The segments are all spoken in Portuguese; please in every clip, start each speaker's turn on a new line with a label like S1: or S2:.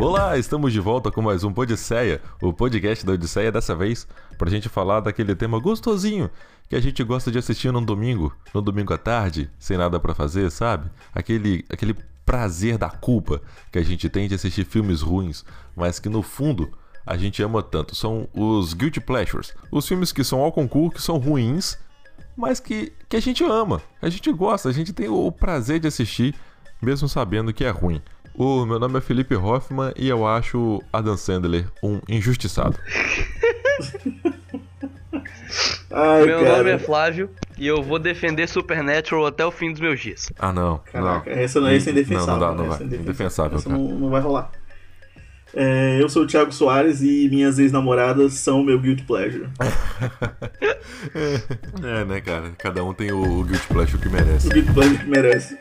S1: Olá, estamos de volta com mais um Podisseia, o podcast da Odisseia dessa vez, pra gente falar daquele tema gostosinho que a gente gosta de assistir num domingo, no domingo à tarde, sem nada pra fazer, sabe? Aquele, aquele prazer da culpa que a gente tem de assistir filmes ruins, mas que no fundo a gente ama tanto. São os guilty pleasures, os filmes que são ao concurso, que são ruins, mas que, que a gente ama, a gente gosta, a gente tem o prazer de assistir, mesmo sabendo que é ruim. O meu nome é Felipe Hoffman e eu acho Adam Sandler um injustiçado.
S2: Ai,
S3: Meu
S2: cara.
S3: nome é Flávio e eu vou defender Supernatural até o fim dos meus dias.
S1: Ah, não.
S2: Caraca, essa não, essa é indefensável.
S1: Não, não dá, não
S2: essa
S1: vai.
S2: é
S1: Indefensável,
S2: essa
S1: cara.
S2: não, não vai rolar. É, eu sou o Thiago Soares e minhas ex-namoradas são meu guilty pleasure.
S1: É, né, cara? Cada um tem o, o Guilty Pleasure que merece.
S2: O guilty pleasure que merece.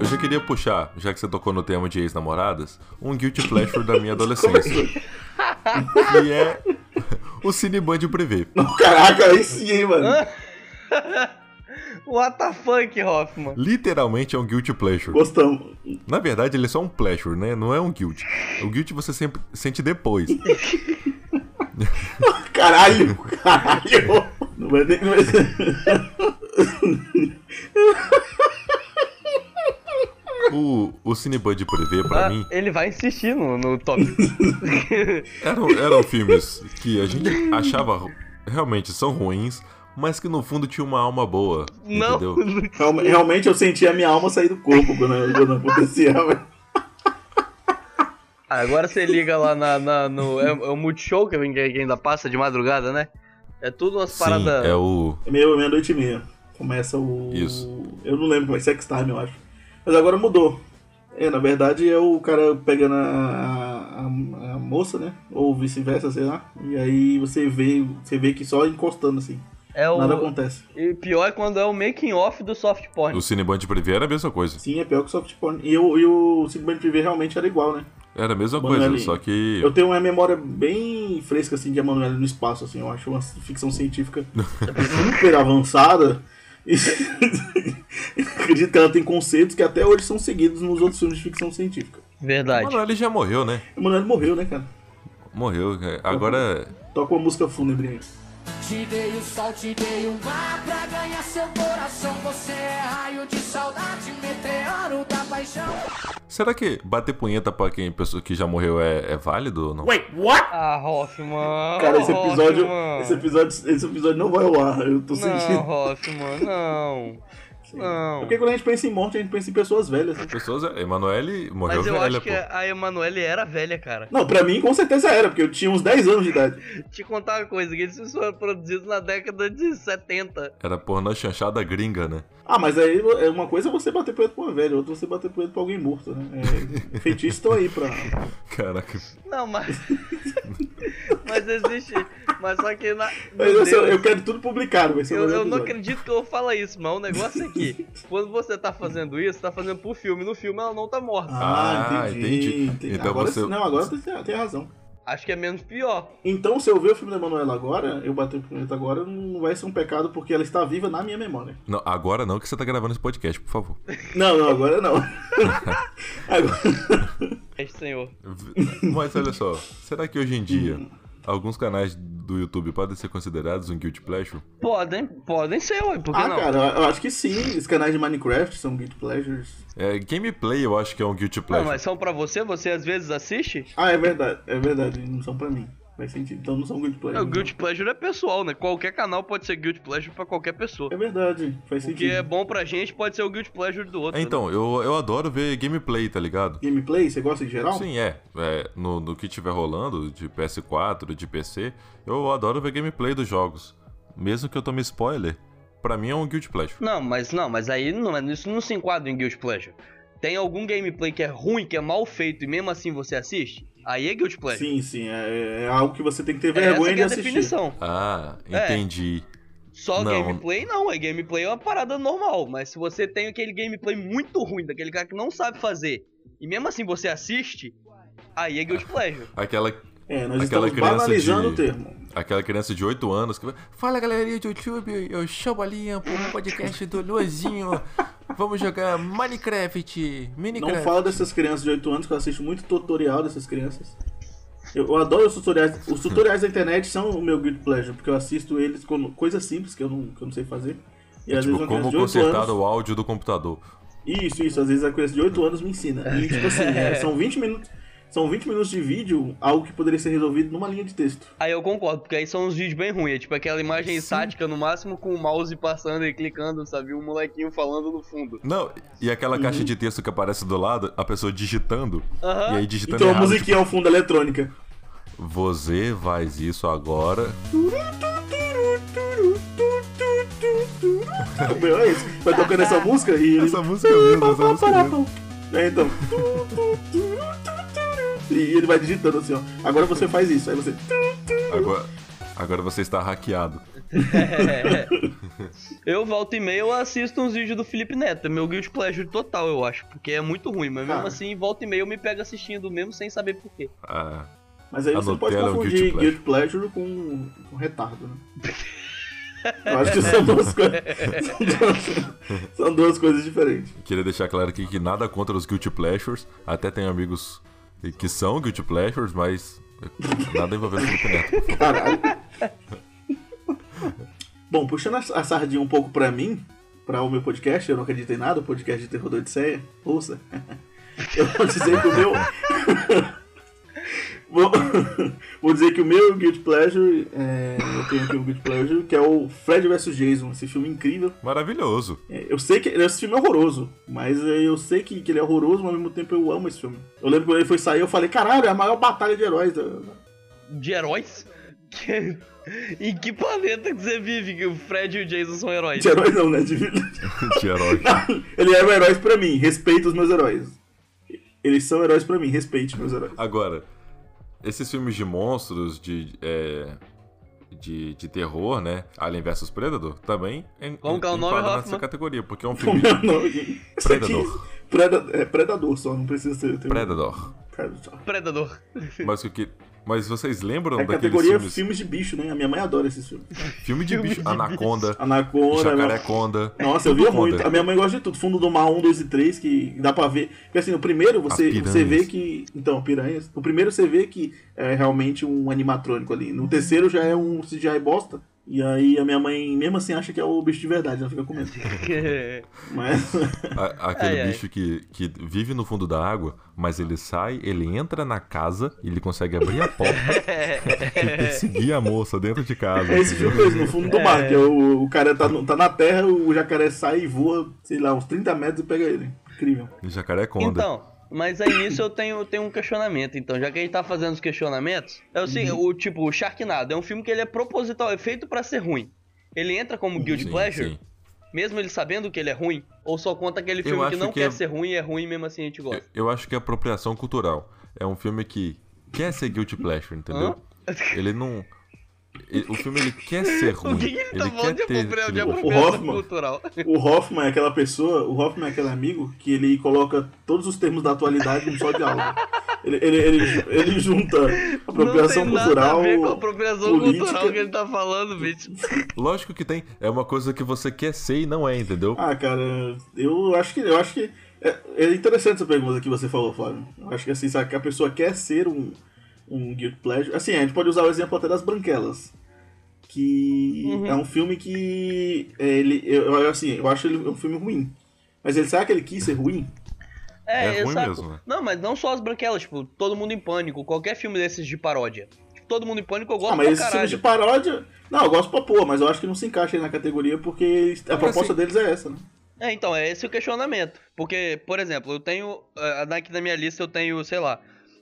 S1: Eu já queria puxar, já que você tocou no tema de ex-namoradas, um Guilty Pleasure da minha adolescência.
S2: assim?
S1: que é o Cineband Prevê.
S2: Caraca, aí sim, hein, mano.
S3: What the fuck, Hoffman?
S1: Literalmente é um Guilty Pleasure.
S2: Gostamos.
S1: Na verdade, ele é só um pleasure, né? Não é um guilt. O guilt você sempre sente depois.
S2: Caralho, caralho. Não vai nem. não vai-
S1: O, o Cineband Prevê, pra
S3: Ah,
S1: mim,
S3: ele vai insistir no, no tópico.
S1: eram, eram filmes que a gente achava ru- realmente são ruins, mas que no fundo tinha uma alma boa.
S3: Não,
S1: Entendeu?
S2: Real- Realmente eu senti a minha alma sair do corpo quando, quando acontecia. mano.
S3: Ah, Agora você liga lá na, na- no. É, é o Multishow que vem- que ainda passa de madrugada, né? É tudo umas
S1: Sim,
S3: paradas.
S1: é o.
S2: É meio- meia-noite e meia. Começa o.
S1: Isso.
S2: Eu não lembro como é Sex Time, eu acho. Mas agora mudou. É, na verdade é o cara pegando a, a- a- a moça, né? Ou vice-versa, sei lá. E aí você vê, você vê que só encostando assim.
S3: É
S2: Nada
S3: o.
S2: acontece.
S3: E pior é quando é o making off do soft porn.
S1: O Cineband Prevê era a mesma coisa.
S2: Sim, é pior que soft porn. E, o- e o Simplesmente Viver realmente era igual, né?
S1: Era a mesma
S2: Mano,
S1: coisa,
S2: ali-
S1: só que.
S2: Eu tenho uma memória bem fresca assim de Emanuele no espaço, assim, eu acho uma ficção científica super avançada. E acredito que ela tem conceitos que até hoje são seguidos nos outros filmes de ficção científica.
S3: Verdade.
S1: Mano, ele já morreu, né?
S2: Emanuele morreu, né, cara?
S1: Morreu. é. Agora.
S2: Toca uma música fúnebre aí.
S4: Te dei o sol, te dei o mar pra ganhar seu coração. Você é raio de saudade, meteoro da paixão.
S1: Será que bater punheta pra quem pessoa que já morreu é, é válido ou não?
S2: Wait, what?
S3: Ah, Hoffman.
S2: Cara, esse
S3: oh,
S2: episódio,
S3: Hoffman.
S2: esse episódio, esse episódio não vai ao ar, eu tô
S3: Não,
S2: sentindo.
S3: Hoffman, não. Não.
S2: Porque quando a gente pensa em morte, a gente pensa em pessoas velhas. né?
S1: Pessoas. é, Emanuele morreu
S3: Mas eu
S1: velha,
S3: acho que é-
S1: pô.
S3: a Emanuele era velha, cara.
S2: Não, pra mim com certeza era, porque eu tinha uns 10 anos de idade.
S3: Te contar uma coisa, que esses foram produzidos na década de 70.
S1: Era pornô chanchada gringa, né?
S2: Ah, mas aí é uma coisa é você bater punheta pra uma velha, outra você bater punheta pra alguém morto, né? É, feitiços estão aí pra.
S1: Caraca.
S3: Não, mas. mas existe. Mas só que na.
S2: Mas assim,
S3: Meu
S2: eu, sei-
S3: Deus,
S2: eu quero tudo publicado, vai ser o
S3: eu,
S2: melhor
S3: eu não
S2: episódio.
S3: acredito que eu vou falar isso, mas o negócio é que quando você tá fazendo isso, tá fazendo pro filme. No filme ela não tá morta.
S2: Ah,
S1: Ah,
S2: entendi.
S1: entendi.
S2: entendi.
S1: Então
S2: agora,
S1: você-
S2: Não, agora você tem- tem razão.
S3: Acho que é menos pior.
S2: Então, se eu ver o filme da Emanuela agora, eu bater punheta agora, não vai ser um pecado porque ela está viva na minha memória.
S1: Não, agora não que você tá gravando esse podcast, por favor.
S2: Não, não, agora não. agora...
S3: Este senhor.
S1: V- Mas olha só, será que hoje em dia alguns canais do YouTube podem ser considerados um guilty pleasure?
S3: Podem, podem ser, ué, por que
S2: Ah,
S3: não?
S2: cara, eu acho que sim. Os canais de Minecraft são Guilty Pleasures.
S1: É, gameplay eu acho que é um guilty
S3: Não,
S1: pleasure.
S3: mas são pra você, você às vezes assiste?
S2: Ah, é verdade, é verdade. Não são pra mim. Faz sentido. Então não são Guilty
S3: É, O
S2: Pleasures.
S3: Guilty Pleasure é pessoal, né? Qualquer canal pode ser Guilty Pleasure pra qualquer pessoa.
S2: É verdade, faz
S3: O que
S2: sentido.
S3: é bom pra gente pode ser o Guilty Pleasure do outro.
S1: É, então, eu, eu adoro ver gameplay, tá ligado?
S2: Gameplay, você gosta em geral?
S1: Sim, é. É, no, no que tiver rolando, de PS4, de PC, eu adoro ver gameplay dos jogos. Mesmo que eu tome spoiler, pra mim é um guilty pleasure.
S3: Não, mas não, mas aí não, é- isso não se enquadra em Guilty Pleasure. Tem algum gameplay que é ruim, que é mal feito e mesmo assim você assiste? Aí é Guilty Pleasure.
S2: Sim, sim. É, é algo que você tem que ter
S3: É Essa
S2: vergonha
S3: que é a
S2: de assistir.
S3: definição.
S1: Ah,
S3: É.
S1: entendi.
S3: Só
S1: Não.
S3: gameplay não, é gameplay é uma parada normal, mas se você tem aquele gameplay muito ruim, daquele cara que não sabe fazer, e mesmo assim você assiste, aí é Guilty Pleasure.
S1: Aquela,
S2: É, nós
S1: Aquela
S2: estamos
S1: criança
S2: banalizando
S1: de-
S2: o termo.
S1: Aquela criança de 8 anos que vai, Fala galerinha do YouTube, eu chamo a Linha pro podcast do Luanzinho. Vamos jogar Minecraft.
S2: Não
S1: Minecraft.
S2: fala dessas crianças de 8 anos, que eu assisto muito tutorial dessas crianças. Eu, eu adoro os tutoriais. Os tutoriais da internet são o meu guilty pleasure, porque eu assisto eles como coisas simples que eu não, que eu não sei fazer. E
S1: É
S2: às
S1: tipo,
S2: vezes uma
S1: como
S2: criança de 8
S1: consertar
S2: anos.
S1: o áudio do computador.
S2: Isso, isso, às vezes a criança de 8 anos me ensina. E tipo assim, é, são 20 minutos. São 20 minutos de vídeo, algo que poderia ser resolvido numa linha de texto.
S3: Aí eu concordo, porque aí são uns vídeos bem ruins. É tipo aquela imagem estática, no máximo com o mouse passando e clicando, sabe? Um molequinho falando no fundo.
S1: Não, e aquela
S2: Uhum.
S1: caixa de texto que aparece do lado, a pessoa digitando,
S3: Aham.
S1: e aí digitando
S2: Então a
S1: Tá errado,
S2: musiquinha ao fundo eletrônica.
S1: tipo, você faz isso agora.
S2: O meu é esse. Vai tocando essa música e ele.
S1: Essa música mesmo, essa música mesmo.
S2: É, então. E ele vai digitando assim, ó. Agora você faz isso. Aí você.
S1: Agora, agora você está hackeado.
S3: É. Eu volto e meia eu assisto uns vídeos do Felipe Neto. é Meu Guilty Pleasure total, eu acho. Porque é muito ruim, mas mesmo
S2: Cara.
S3: assim, volta e meia eu me pego assistindo mesmo sem saber porquê.
S1: Ah,
S2: Mas aí
S1: A
S2: você não pode
S1: Nutella é um
S2: confundir
S1: guilty pleasure.
S2: guilt pleasure com, com retardo, né? Eu acho que são duas coisas. São duas, são duas coisas diferentes.
S1: Queria deixar claro aqui que nada contra os Guilty Pleasures. Até tenho amigos que são Guilty Pleasures, mas nada envolvendo Felipe Neto.
S2: Caralho. Bom, puxando a, a sardinha um pouco pra mim, pra o meu podcast, eu não acredito em nada, o podcast de terror do Odisseia, ouça. Eu vou dizer que o meu. vou, vou dizer que o meu Guilty Pleasure, é, eu tenho aqui um Guilty Pleasure, que é o Fred vs Jason, esse filme incrível.
S1: Maravilhoso.
S2: É, Eu sei que esse filme é horroroso, mas é, eu sei que, que ele é horroroso, mas ao mesmo tempo eu amo esse filme. Eu lembro que quando ele foi sair, eu falei, caralho, é a maior batalha de heróis. da-
S3: De heróis? Que- em que planeta que você vive que o Fred e o Jason são heróis?
S2: De heróis não, né? De
S1: De herói.
S2: Ele era um herói pra mim, respeito os meus heróis. Eles são heróis pra mim, respeite meus heróis.
S1: Agora, esses filmes de monstros, de. é, de, de terror, né? Alien vs Predador, também é
S3: Vamos dar o nome,
S1: enquadra nessa
S3: Hoffman?
S1: categoria, porque é um
S2: Como
S1: filme
S2: é o nome? Isso aqui-
S1: Predador.
S2: Preda- é predador só, não precisa ser. um ter-
S1: Predador.
S2: Predator.
S3: Predador.
S1: Mas o que. Mas vocês lembram
S2: É a
S1: daqueles
S2: categoria
S1: filmes?
S2: filmes... de bicho, né? A minha mãe adora esses filmes.
S1: Filme de bicho. Anaconda,
S2: Anaconda. minha-
S1: Jacareconda.
S2: né? Nossa, eu via
S1: Anaconda.
S2: muito. A minha mãe gosta de tudo. Fundo do Mar 1, 2 e 3, que dá pra ver. Porque assim, no primeiro
S1: As
S2: você,
S1: piranhas.
S2: você vê que. Então, piranhas. No primeiro você vê que é realmente um animatrônico ali. No terceiro já é um CGI bosta. E aí a minha mãe, mesmo assim, acha que é o bicho de verdade, ela fica com medo.
S3: É.
S2: Mas.
S1: A- aquele
S3: Ai, ai.
S1: bicho que, que vive no fundo da água, mas ele sai, ele entra na casa, ele consegue abrir a porta e perseguir a moça dentro de casa. assim.
S2: É esse filme mesmo, no fundo do mar, que é o, o cara tá, no- tá na terra, o jacaré sai e voa, sei lá, uns 30 metros e pega ele. Incrível.
S1: Jacaré conda.
S3: Então, mas aí nisso eu tenho, tenho um questionamento, então, já que a gente tá fazendo os questionamentos, é o seguinte,
S1: Uhum.
S3: o tipo, o Sharknado é um filme que ele é proposital, é feito pra ser ruim. Ele entra como Guilty
S1: Sim,
S3: Pleasure,
S1: sim.
S3: mesmo ele sabendo que ele é ruim, ou só conta aquele filme
S1: acho
S3: que não
S1: que
S3: quer
S1: é-
S3: ser ruim e é ruim mesmo assim a gente gosta.
S1: Eu acho que é apropriação cultural. É um filme que quer ser guilty pleasure, É, entendeu? Ele não. ele- o filme ele quer ser ruim.
S3: O que, que ele, tá
S1: quer
S3: falando de
S1: ter
S3: apropria- de
S1: aquele gosto.
S3: apropriação
S2: Hoffman.
S3: cultural?
S2: O Hoffman é aquela pessoa, o Hoffman é aquele amigo que ele coloca todos os termos da atualidade num só diálogo. Ele, ele, ele, ele junta apropriação
S3: não tem
S2: cultural.
S3: nada a ver com a apropriação
S2: política.
S3: cultural que ele tá falando, bicho.
S1: Lógico que tem. É uma coisa que você quer ser e não é, entendeu?
S2: Ah, cara, eu acho que. Eu acho que é, é interessante essa pergunta que você falou, Flávio. Eu acho que assim, sabe, que a pessoa quer ser um, um Guild Pleasure. Assim, a gente pode usar o exemplo até das Branquelas. Que
S3: Uhum.
S2: é um filme que. é, ele, eu, eu, assim, eu acho ele um filme ruim. Mas ele sabe que ele quis ser ruim?
S1: É
S3: eu
S1: ruim
S3: saco.
S1: mesmo, né?
S3: Não, mas não só as branquelas, tipo, todo mundo em pânico, qualquer filme desses de paródia. Tipo, todo mundo em pânico eu gosto
S2: ah, mas
S3: pra
S2: esses
S3: caralho.
S2: filmes de paródia. Não, eu gosto pra pôr, mas eu acho que não se encaixa aí na categoria porque a proposta
S1: assim-
S2: deles é essa, né?
S3: É, então, é esse o questionamento. Porque, por exemplo, eu tenho. eh, Aqui na minha lista eu tenho, sei lá,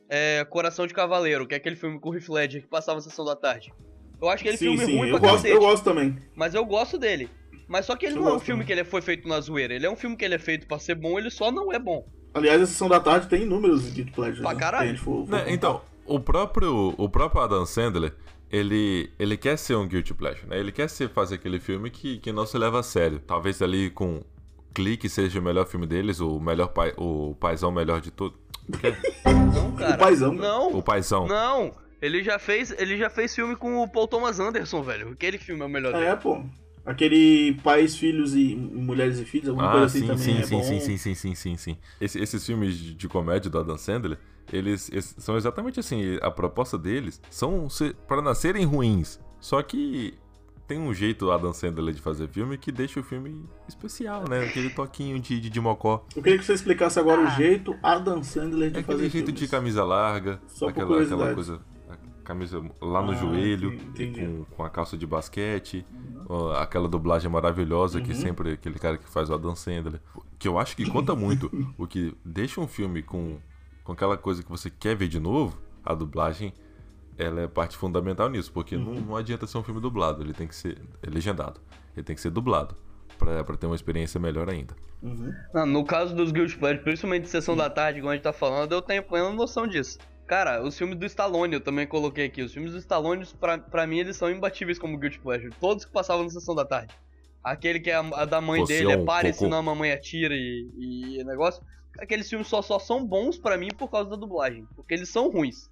S3: eh, Coração de Cavaleiro, que é aquele filme com o Heath Ledger que passava na sessão da tarde. Eu acho que ele é
S2: Sim,
S3: filme
S2: sim,
S3: ruim
S2: eu
S3: pra
S2: gosto,
S3: cacete,
S2: eu gosto também.
S3: mas eu gosto dele. Mas só que ele
S2: Eu
S3: não é um
S2: gosto
S3: filme
S2: também.
S3: que ele foi feito na zoeira, ele é um filme que ele é feito pra ser bom, ele só não é bom.
S2: Aliás, a sessão da tarde tem inúmeros Guild Pleasures.
S3: Pra
S2: né?
S3: caralho.
S2: Se a gente for- for
S1: Né, então, o próprio, o próprio Adam Sandler, ele, ele quer ser um guilty pleasure, né? Ele quer ser, fazer aquele filme que, que não se leva a sério. Talvez ali com Clique seja o melhor filme deles, o melhor pai, o paizão melhor de tudo.
S3: Não, Então, cara.
S2: paizão. né?
S3: Não.
S1: O paizão.
S3: Não. Ele já fez, ele já fez filme com o Paul Thomas Anderson, velho. Aquele filme é o melhor dele.
S2: É, pô. Aquele pais, filhos e mulheres e filhos, alguma coisa
S1: Ah,
S2: assim
S1: sim,
S2: também
S1: sim,
S2: é
S1: sim,
S2: bom.
S1: sim, sim, sim, sim, sim, sim. Esse- esses filmes de, de comédia do Adam Sandler, eles, eles são exatamente assim. A proposta deles são ser- pra nascerem ruins. Só que tem um jeito Adam Sandler de fazer filme que deixa o filme especial, né? Aquele toquinho de, de, de mocó.
S2: Eu queria que você explicasse agora
S3: Ah.
S2: o jeito Adam Sandler de
S1: É
S2: fazer
S1: aquele jeito de
S2: filmes.
S1: camisa larga,
S2: Só por
S1: aquela, aquela
S2: curiosidade.
S1: coisa. a Camisa lá no
S2: Ah,
S1: joelho,
S2: entendi. Uhum.
S1: e com, com a calça de basquete, ó, aquela dublagem maravilhosa que sempre aquele cara que faz o Adam Sandler. Que eu acho que conta muito. o que deixa um filme com, com aquela coisa que você quer ver de novo, a dublagem, ela é parte fundamental nisso, porque
S2: Uhum.
S1: não, não adianta ser um filme dublado, ele tem que ser é legendado. Ele tem que ser dublado. Pra, pra ter uma experiência melhor ainda.
S2: Uhum.
S3: Não, no caso dos Guilty Pleasures, principalmente de Sessão da Tarde, como a gente tá falando, eu tenho plena noção disso. Cara, os filmes do Stallone eu também coloquei aqui. Os filmes do Stallone, pra, pra mim, eles são imbatíveis como Guilty Pleasure. Todos que passavam na Sessão da Tarde. Aquele que é a, a da mãe
S1: Você
S3: dele,
S1: é
S3: é,
S1: um
S3: pare,
S1: cocô."
S3: senão a mamãe atira e, e negócio. Aqueles filmes só, só são bons pra mim por causa da dublagem. Porque eles são ruins.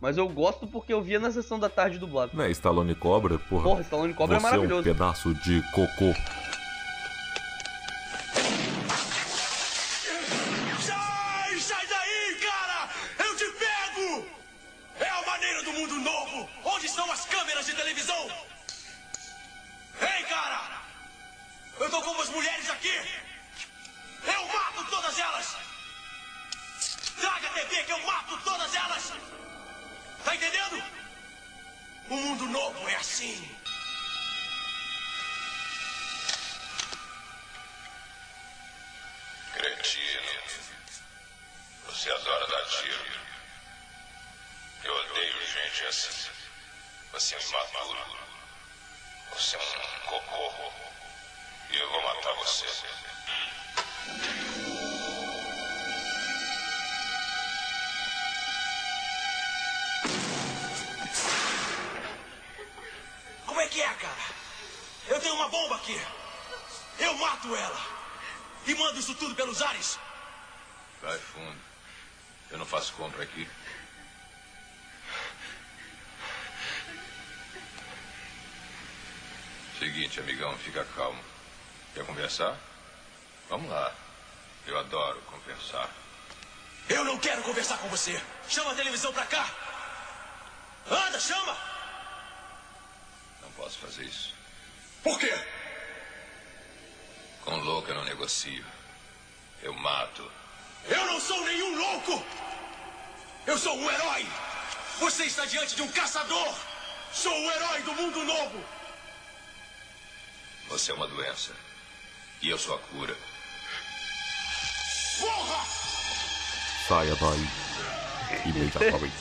S3: Mas eu gosto porque eu via na Sessão da Tarde dublado.
S1: Né? Stallone Cobra, porra.
S3: Porra, Stallone Cobra é
S1: Você um
S3: maravilhoso.
S1: pedaço de cocô.
S5: Sai, sai daí, cara! Eu te pego! É a maneira do mundo novo! Onde estão as câmeras de televisão? Ei, cara! Eu tô com umas mulheres aqui! Eu mato todas elas! Traga a TV que eu mato todas elas! Tá entendendo? O mundo novo é assim!
S6: Cretino. Você adora dar tiro. Eu odeio gente assim. Você é um imaturo. Você é um cocô. E eu vou matar você.
S5: Como é que é, cara? Eu tenho uma bomba aqui. Eu mato ela. E mando isso tudo pelos ares.
S6: Vai fundo. Eu não faço compra aqui. Seguinte, amigão, fica calmo. Quer conversar? Vamos lá. Eu adoro conversar.
S5: Eu não quero conversar com você. Chama a televisão pra cá. Anda, chama.
S6: Não posso fazer isso.
S5: Por quê?
S6: Com louco eu não negocio. Eu mato.
S5: Eu não sou nenhum louco. Eu sou um herói. Você está diante de um caçador. Sou o herói do mundo novo.
S6: Você é uma doença. E eu sou a cura.
S5: Porra!
S1: Saia daí. E beija a jovem.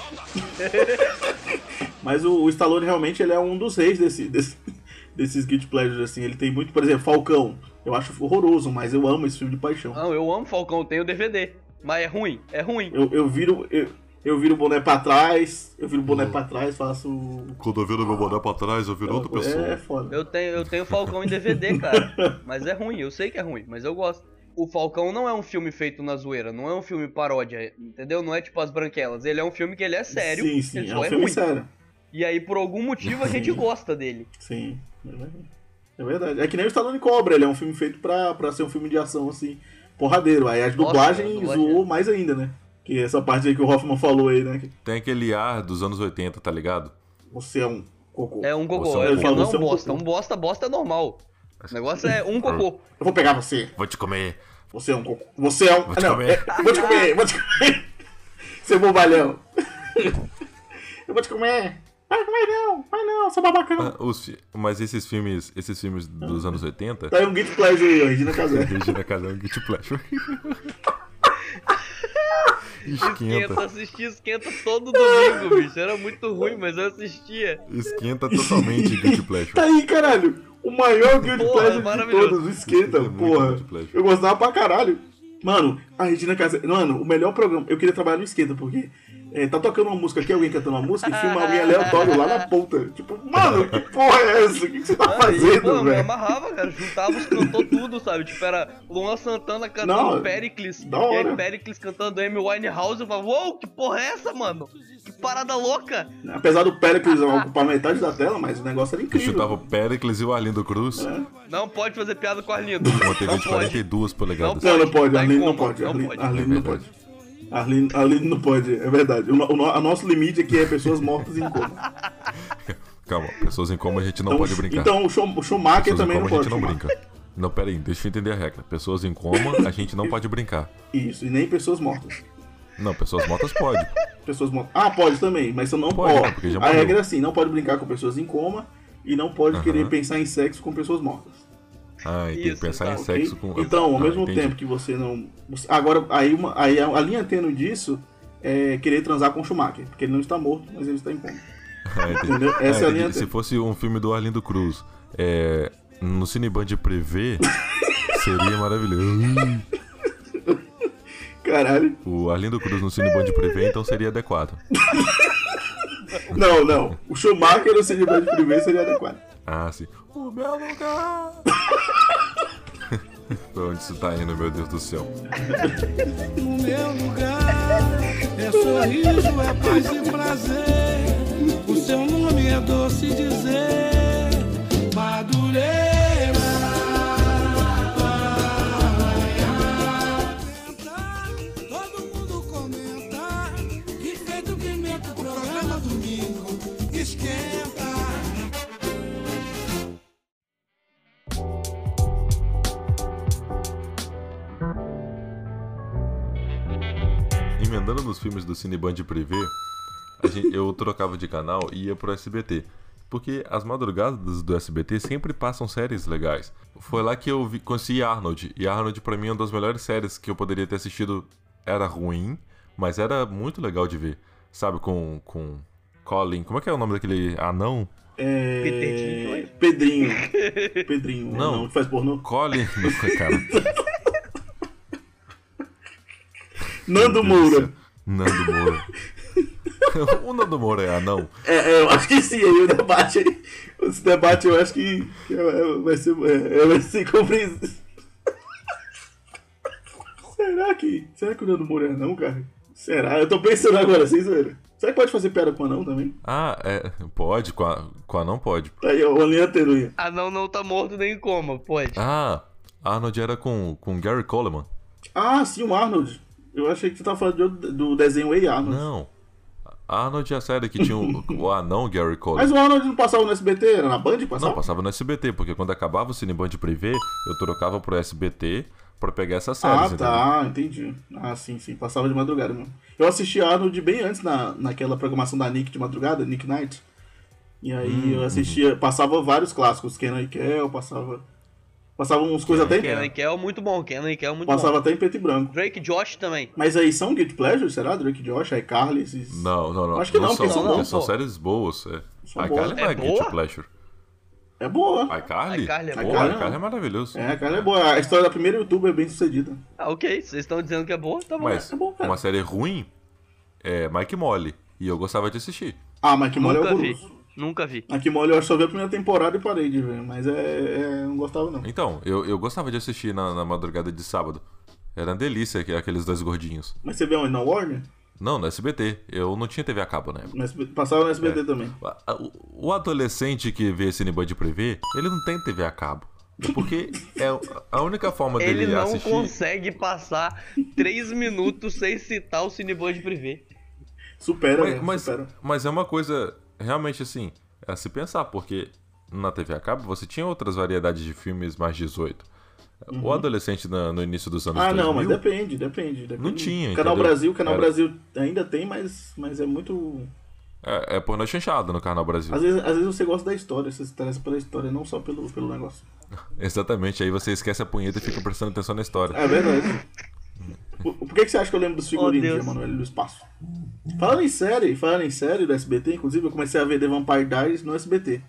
S2: Mas o, o Stallone realmente ele é um dos reis desse, desse- desses Guilty Pleasures, assim. Ele tem muito, por exemplo, Falcão. Eu acho horroroso, mas eu amo esse filme de paixão.
S3: Não, eu amo Falcão, eu tenho DVD. Mas é ruim, é ruim.
S2: Eu, eu viro. Eu, eu viro o boné pra trás, eu viro o
S1: Hum.
S2: boné pra trás, faço.
S1: Quando eu viro meu boné pra trás, eu viro outra
S2: É,
S1: pessoa.
S2: foda.
S3: Eu tenho, eu tenho Falcão em DVD, cara. Mas é ruim, eu sei que é ruim, mas eu gosto. O Falcão não é um filme feito na zoeira, não é um filme paródia, entendeu? Não é tipo As Branquelas. Ele é um filme que ele é sério,
S2: Sim, sim,
S3: ele
S2: é
S3: só
S2: um
S3: é,
S2: filme
S3: ruim.
S2: sério.
S3: E aí, por algum motivo, a gente gosta dele.
S2: Sim, é verdade. É verdade. É que nem o Stallone Cobra, ele é um filme feito pra, pra ser um filme de ação, assim, porradeiro. Aí a
S3: a
S2: dublagem
S3: dublagem
S2: zoou mais ainda, né? Que essa parte aí que o Hoffman falou aí, né? Que
S1: Tem aquele ar dos anos 80, tá ligado?
S2: você é um cocô.
S3: É um
S1: Você
S3: cocô,
S1: é um
S3: é um
S2: cocô.
S3: filme, não
S2: Você é um
S3: bosta. Um
S2: cocô.
S3: bosta, bosta é normal. O negócio é um cocô.
S2: Eu vou pegar você.
S1: Vou te comer.
S2: Você é um cocô. Você é um.
S1: Vou te
S2: não,
S1: comer.
S2: é- vou te comer, vou te comer. Seu bobalhão. Eu vou te comer. Vai comer não, vai não, seu babacão.
S1: Ah, os fi- Mas esses filmes, esses filmes dos anos 80.
S2: Tá aí um Git Pleasure aí, ó, Regina Casé.
S1: Regina Casal Guilty Pleasure.
S3: Esquenta,
S1: Esquenta.
S3: assisti esquenta todo domingo, bicho. Era muito ruim, mas eu assistia.
S1: Esquenta totalmente Guilty
S2: Tá
S1: Pleasure.
S2: aí, caralho. O maior Guilty
S3: Porra, é
S2: Pleasure de
S3: maravilhoso.
S2: todos, o Esquenta,
S1: É muito
S2: porra.
S1: Guilty Pleasure.
S2: Eu gostava pra caralho. Mano, a Regina Casé. Mano, o melhor programa. Eu queria trabalhar no Esquenta, porque É, tá tocando uma música aqui, alguém cantando uma música, e filma alguém aleatório lá na ponta. Tipo, mano, que porra é essa? O que, que você tá
S3: e, pô,
S2: fazendo,
S3: eu me
S2: velho?
S3: amarrava, cara. Juntava os cantor tudo, sabe? Tipo, era Luan Santana cantando
S2: Não,
S3: Pericles.
S2: da
S3: E aí
S2: hora.
S3: Pericles cantando Amy Winehouse. Eu falava, uou, que porra é essa, mano? Que parada louca.
S2: Apesar do Pericles ocupar metade da tela, mas o negócio era incrível.
S1: Chutava o Pericles e o Arlindo Cruz.
S3: Não pode fazer piada com Arlindo.
S1: Uma TV
S3: Não
S1: de
S3: pode.
S1: 42 polegadas.
S2: Não, não pode,
S3: Tá em
S2: Arlindo não
S3: coma,
S2: pode.
S3: não
S2: Arlindo
S3: pode.
S2: Arlindo
S1: É
S2: não pode. Arlindo, Arlindo não pode, é verdade. O, no- o no- a nosso limite aqui é pessoas mortas em coma.
S1: Calma, pessoas em coma a gente não
S2: Então,
S1: pode brincar.
S2: Então o, Schum- o Schumacher
S1: pessoas em
S2: também
S1: coma
S2: não
S1: a gente
S2: pode.
S1: não
S2: Schumacher.
S1: brinca. Não, pera aí, deixa eu entender a regra. Pessoas em coma a gente não pode brincar.
S2: Isso, e nem pessoas mortas.
S1: Não, pessoas mortas pode.
S2: Pessoas mortas. Ah, pode também, mas você não
S1: Pode,
S2: ó,
S1: né, porque já
S2: A
S1: morreu.
S2: regra é assim: não pode brincar com pessoas em coma e não pode querer pensar em sexo com pessoas mortas.
S1: Ah, e tem que
S3: Isso,
S1: pensar
S3: tá,
S1: em
S2: ok?
S1: sexo com.
S2: Então, ao
S1: Ah,
S2: mesmo
S1: entendi.
S2: tempo que você não. você- Agora, aí, uma- aí a, a linha tênue disso é querer transar com o Schumacher, porque ele não está morto, mas ele está em coma.
S1: Ah, entendi.
S2: Entendeu?
S1: É,
S2: Essa é a
S1: entendi.
S2: linha
S1: Se
S2: tênue.
S1: fosse um filme do Arlindo Cruz, é, no Cineband Prevê, seria maravilhoso.
S2: Caralho.
S1: O Arlindo Cruz no Cineband Prevê, então seria adequado.
S2: Não, não. O Schumacher no cinema de primeiro seria adequado.
S1: Ah, sim. O meu lugar! pra onde isso tá indo, meu Deus do céu?
S7: No meu lugar é sorriso, é paz e prazer. O seu nome é doce dizer, Madureira. Todo mundo comenta que feito pimenta o programa domingo esquenta.
S1: Emendando nos filmes do Cineband Privé, a gente- eu trocava de canal e ia pro SBT. Porque as madrugadas do SBT sempre passam séries legais. Foi lá que eu vi, conheci Arnold. E Arnold, pra mim, é uma das melhores séries que eu poderia ter assistido. Era ruim, mas era muito legal de ver. Sabe, com, com Colin. Como é que é o nome daquele anão?
S2: É...
S3: Peter Dinklage.
S2: Pedrinho. Pedrinho.
S1: Não.
S2: Não. faz pornô.
S1: Colin. Não, cara. Meu Deus do
S2: Nando Moura.
S1: céu. Nando Moura. o Nando Moura é anão.
S2: É, é, eu acho que sim, aí o debate. Esse debate eu acho que que é- é- vai ser. é, é, vai ser compreensivo. será que. Será que o Nando Moura é não, cara? Será? Eu tô pensando agora, sem zoeira. Será que pode fazer piada com anão também?
S1: Ah, é, pode? Com a, com a anão pode.
S2: Tá aí, ó, uma linha terunha.
S3: Ah, não, não tá morto nem em coma, pode.
S1: Ah, Arnold era com, com Gary Coleman.
S2: Ah, sim, o Arnold. Eu achei que você tava falando de outro- do desenho Ei Arnold.
S1: Não. Arnold é a série que tinha o, o anão Gary Coleman.
S2: Mas o Arnold não passava no SBT? Era na Band? que Passava?
S1: Não, passava no SBT, porque quando acabava o Cineband Privé, eu trocava pro SBT pra pegar essas séries.
S2: Ah, tá, entendi. Ah, sim, sim. Passava de madrugada mesmo. Eu assisti Arnold bem antes na, naquela programação da Nick de madrugada, Nick Night. E aí
S3: Hum,
S2: eu assistia,
S3: uhum.
S2: passava vários clássicos, Kenan e Kel, passava. Passava uns coisas até.
S3: Kenan e Kel é muito bom, Kenan e Kel é muito
S2: Passava
S3: bom.
S2: até em preto e branco.
S3: Drake e Josh também.
S2: Mas aí são Guilty Pleasure, será? Drake Josh, iCarly, esses.
S1: Não, não, não.
S2: Acho que não,
S1: são,
S2: porque são
S1: porque
S2: bons,
S1: são
S3: pô.
S1: séries boas. É.
S2: São
S1: A
S2: boas.
S1: Carly não é
S3: É
S1: Guilty
S3: boa?
S1: Pleasure.
S2: É boa.
S1: A Carly?
S3: iCarly é
S1: Pô,
S2: boa.
S1: A Carly é maravilhoso.
S2: É, a Carly é boa. A história da primeira youtuber é bem sucedida.
S3: Ah, ok, vocês estão dizendo que é boa, tá bom.
S1: Mas
S2: é bom, cara.
S1: uma série ruim é Mike Molly. E eu gostava de assistir.
S2: Ah, mas que mole é
S3: Nunca vi,
S2: horroroso.
S3: nunca vi.
S2: Aqui mole eu acho que só vi a primeira temporada e parei de ver, mas é. é não gostava não.
S1: Então, eu, eu gostava de assistir na, na madrugada de sábado. Era uma delícia aqu- aqueles dois gordinhos.
S2: Mas você vê onde? Na Warner?
S1: Não, no SBT. Eu não tinha TV a cabo na época.
S2: No SBT Passava no
S3: É.
S2: SBT também.
S1: A- a- o- O adolescente que vê Cineband Privé, ele não tem TV a cabo. Porque é a única forma dele
S3: Ele não
S1: assistir.
S3: consegue passar 3 minutos sem citar o Cineband Privé.
S2: Supera,
S1: Mas,
S2: velho,
S1: mas,
S2: supera.
S1: mas é uma coisa realmente assim, a se pensar, porque na TV a cabo você tinha outras variedades de filmes mais 18. O adolescente na- no início dos anos
S2: Uhum. Ah, não, mas
S1: 2000,
S2: depende, depende, depende.
S1: Não tinha,
S2: Canal
S1: entendeu?
S2: Brasil, Canal
S1: Era-
S2: Brasil ainda tem, mas, mas é muito.
S1: é, é pornô chanchado no Canal Brasil.
S2: Às vezes, às vezes você gosta da história, você se interessa pela história, não só pelo, pelo negócio.
S1: Exatamente, aí você esquece a punheta e fica prestando atenção na história.
S2: É verdade. Por, por que, que você acha que eu lembro dos figurinos
S3: Oh,
S2: de
S3: Deus.
S2: Emanuele do Espaço? Falando em série, falando em série do SBT, inclusive eu comecei a ver The Vampire Diaries no SBT.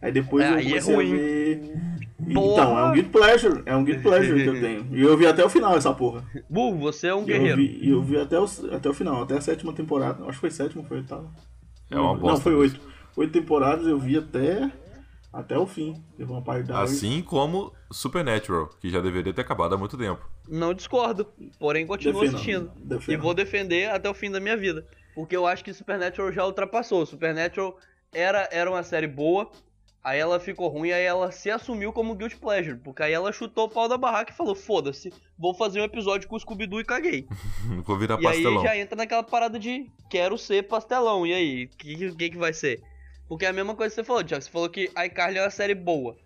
S2: Aí depois
S3: É,
S2: eu
S3: aí é
S2: comecei a
S3: ruim.
S2: ver. Então, é um Guilty Pleasure. É um Guilty Pleasure que eu tenho. E eu vi até o final essa porra.
S3: Burro, você é um
S2: Eu
S3: guerreiro.
S2: vi, eu vi até, o, até o final, até a sétima temporada. Acho que foi sétima, foi oitava.
S1: É uma bosta.
S2: Não, foi oito. Oito temporadas eu vi até, até o fim. Teve uma parte da.
S1: Assim como Supernatural, que já deveria ter acabado há muito tempo.
S3: Não discordo, porém continuo
S2: Defenda.
S3: assistindo.
S2: Defenda.
S3: E vou defender até o fim da minha vida. Porque eu acho que Supernatural já ultrapassou. Supernatural era, era uma série boa, aí ela ficou ruim, aí ela se assumiu como Guilty Pleasure. Porque aí ela chutou o pau da barraca e falou: foda-se, vou fazer um episódio com o Scooby-Doo e caguei.
S1: Vou virar
S3: E aí
S1: pastelão.
S3: já entra naquela parada de quero ser pastelão. E aí, o que, que, que vai ser? Porque é a mesma coisa que você falou, Thiago. Você falou que iCarly é uma série boa.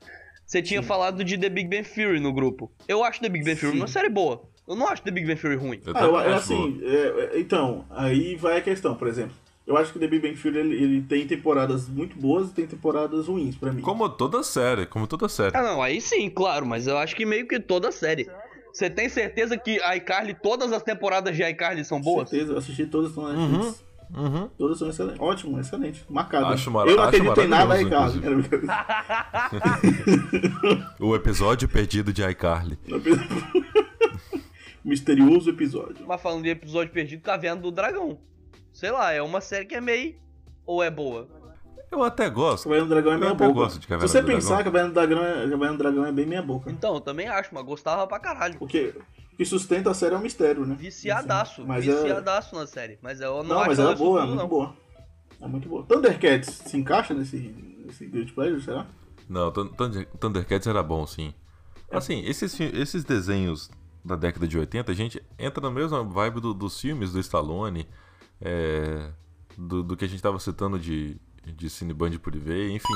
S3: Você tinha falado de The Big Bang Theory no grupo. Eu acho The Big Bang Theory
S2: Sim.
S3: uma série boa. Eu não acho The Big Bang Theory ruim.
S1: Eu
S2: Ah, eu,
S1: também
S2: eu,
S1: acho boa.
S2: assim, é, é, então, aí vai a questão, por exemplo. Eu acho que The Big Bang Theory ele, ele tem temporadas muito boas e tem temporadas ruins pra mim.
S1: Como toda série, como toda série.
S3: Ah, não, aí sim, claro, mas eu acho que meio que toda série. Você tem certeza que iCarly, todas as temporadas de iCarly são
S2: Com
S3: boas? Uhum.
S2: certeza, eu assisti todas são excelentes. Todas são excelentes. Ótimo, excelente. Marcado.
S1: Acho mara-
S2: eu não
S1: acho
S2: acredito em nada,
S1: maravilhoso,
S2: Ricardo. Era brincadeira.
S1: O episódio perdido de iCarly.
S2: Misterioso episódio.
S3: Mas falando de episódio perdido, Caverna do Dragão. Sei lá, é uma série que é meio. Ou é boa?
S1: Eu até gosto.
S2: Caverna do Dragão é
S1: Eu
S2: meia
S1: até
S2: boca.
S1: gosto de Caverna
S2: Se você
S1: do
S2: pensar,
S1: Dragão.
S2: Caverna do Dragão, é- Caverna do Dragão é bem meia boca.
S3: Então, eu também acho, mas gostava pra caralho.
S2: Porque o que sustenta a série é um mistério, né?
S3: Viciadaço,
S2: Assim, mas é-
S3: viciadaço na série. Mas eu não,
S2: Não,
S3: acho
S2: mas
S3: ela
S2: ela é boa, é
S3: tudo,
S2: muito
S3: não.
S2: boa. É muito boa. Thundercats se encaixa nesse, nesse Guilty Pleasure, será?
S1: Não, Thun- Thunder- Thundercats era bom, sim. Assim, esses, fi- esses desenhos da década de 80, a gente entra na mesma vibe do- dos filmes do Stallone, é, do, do que a gente tava citando de, de Cineband Privé, enfim.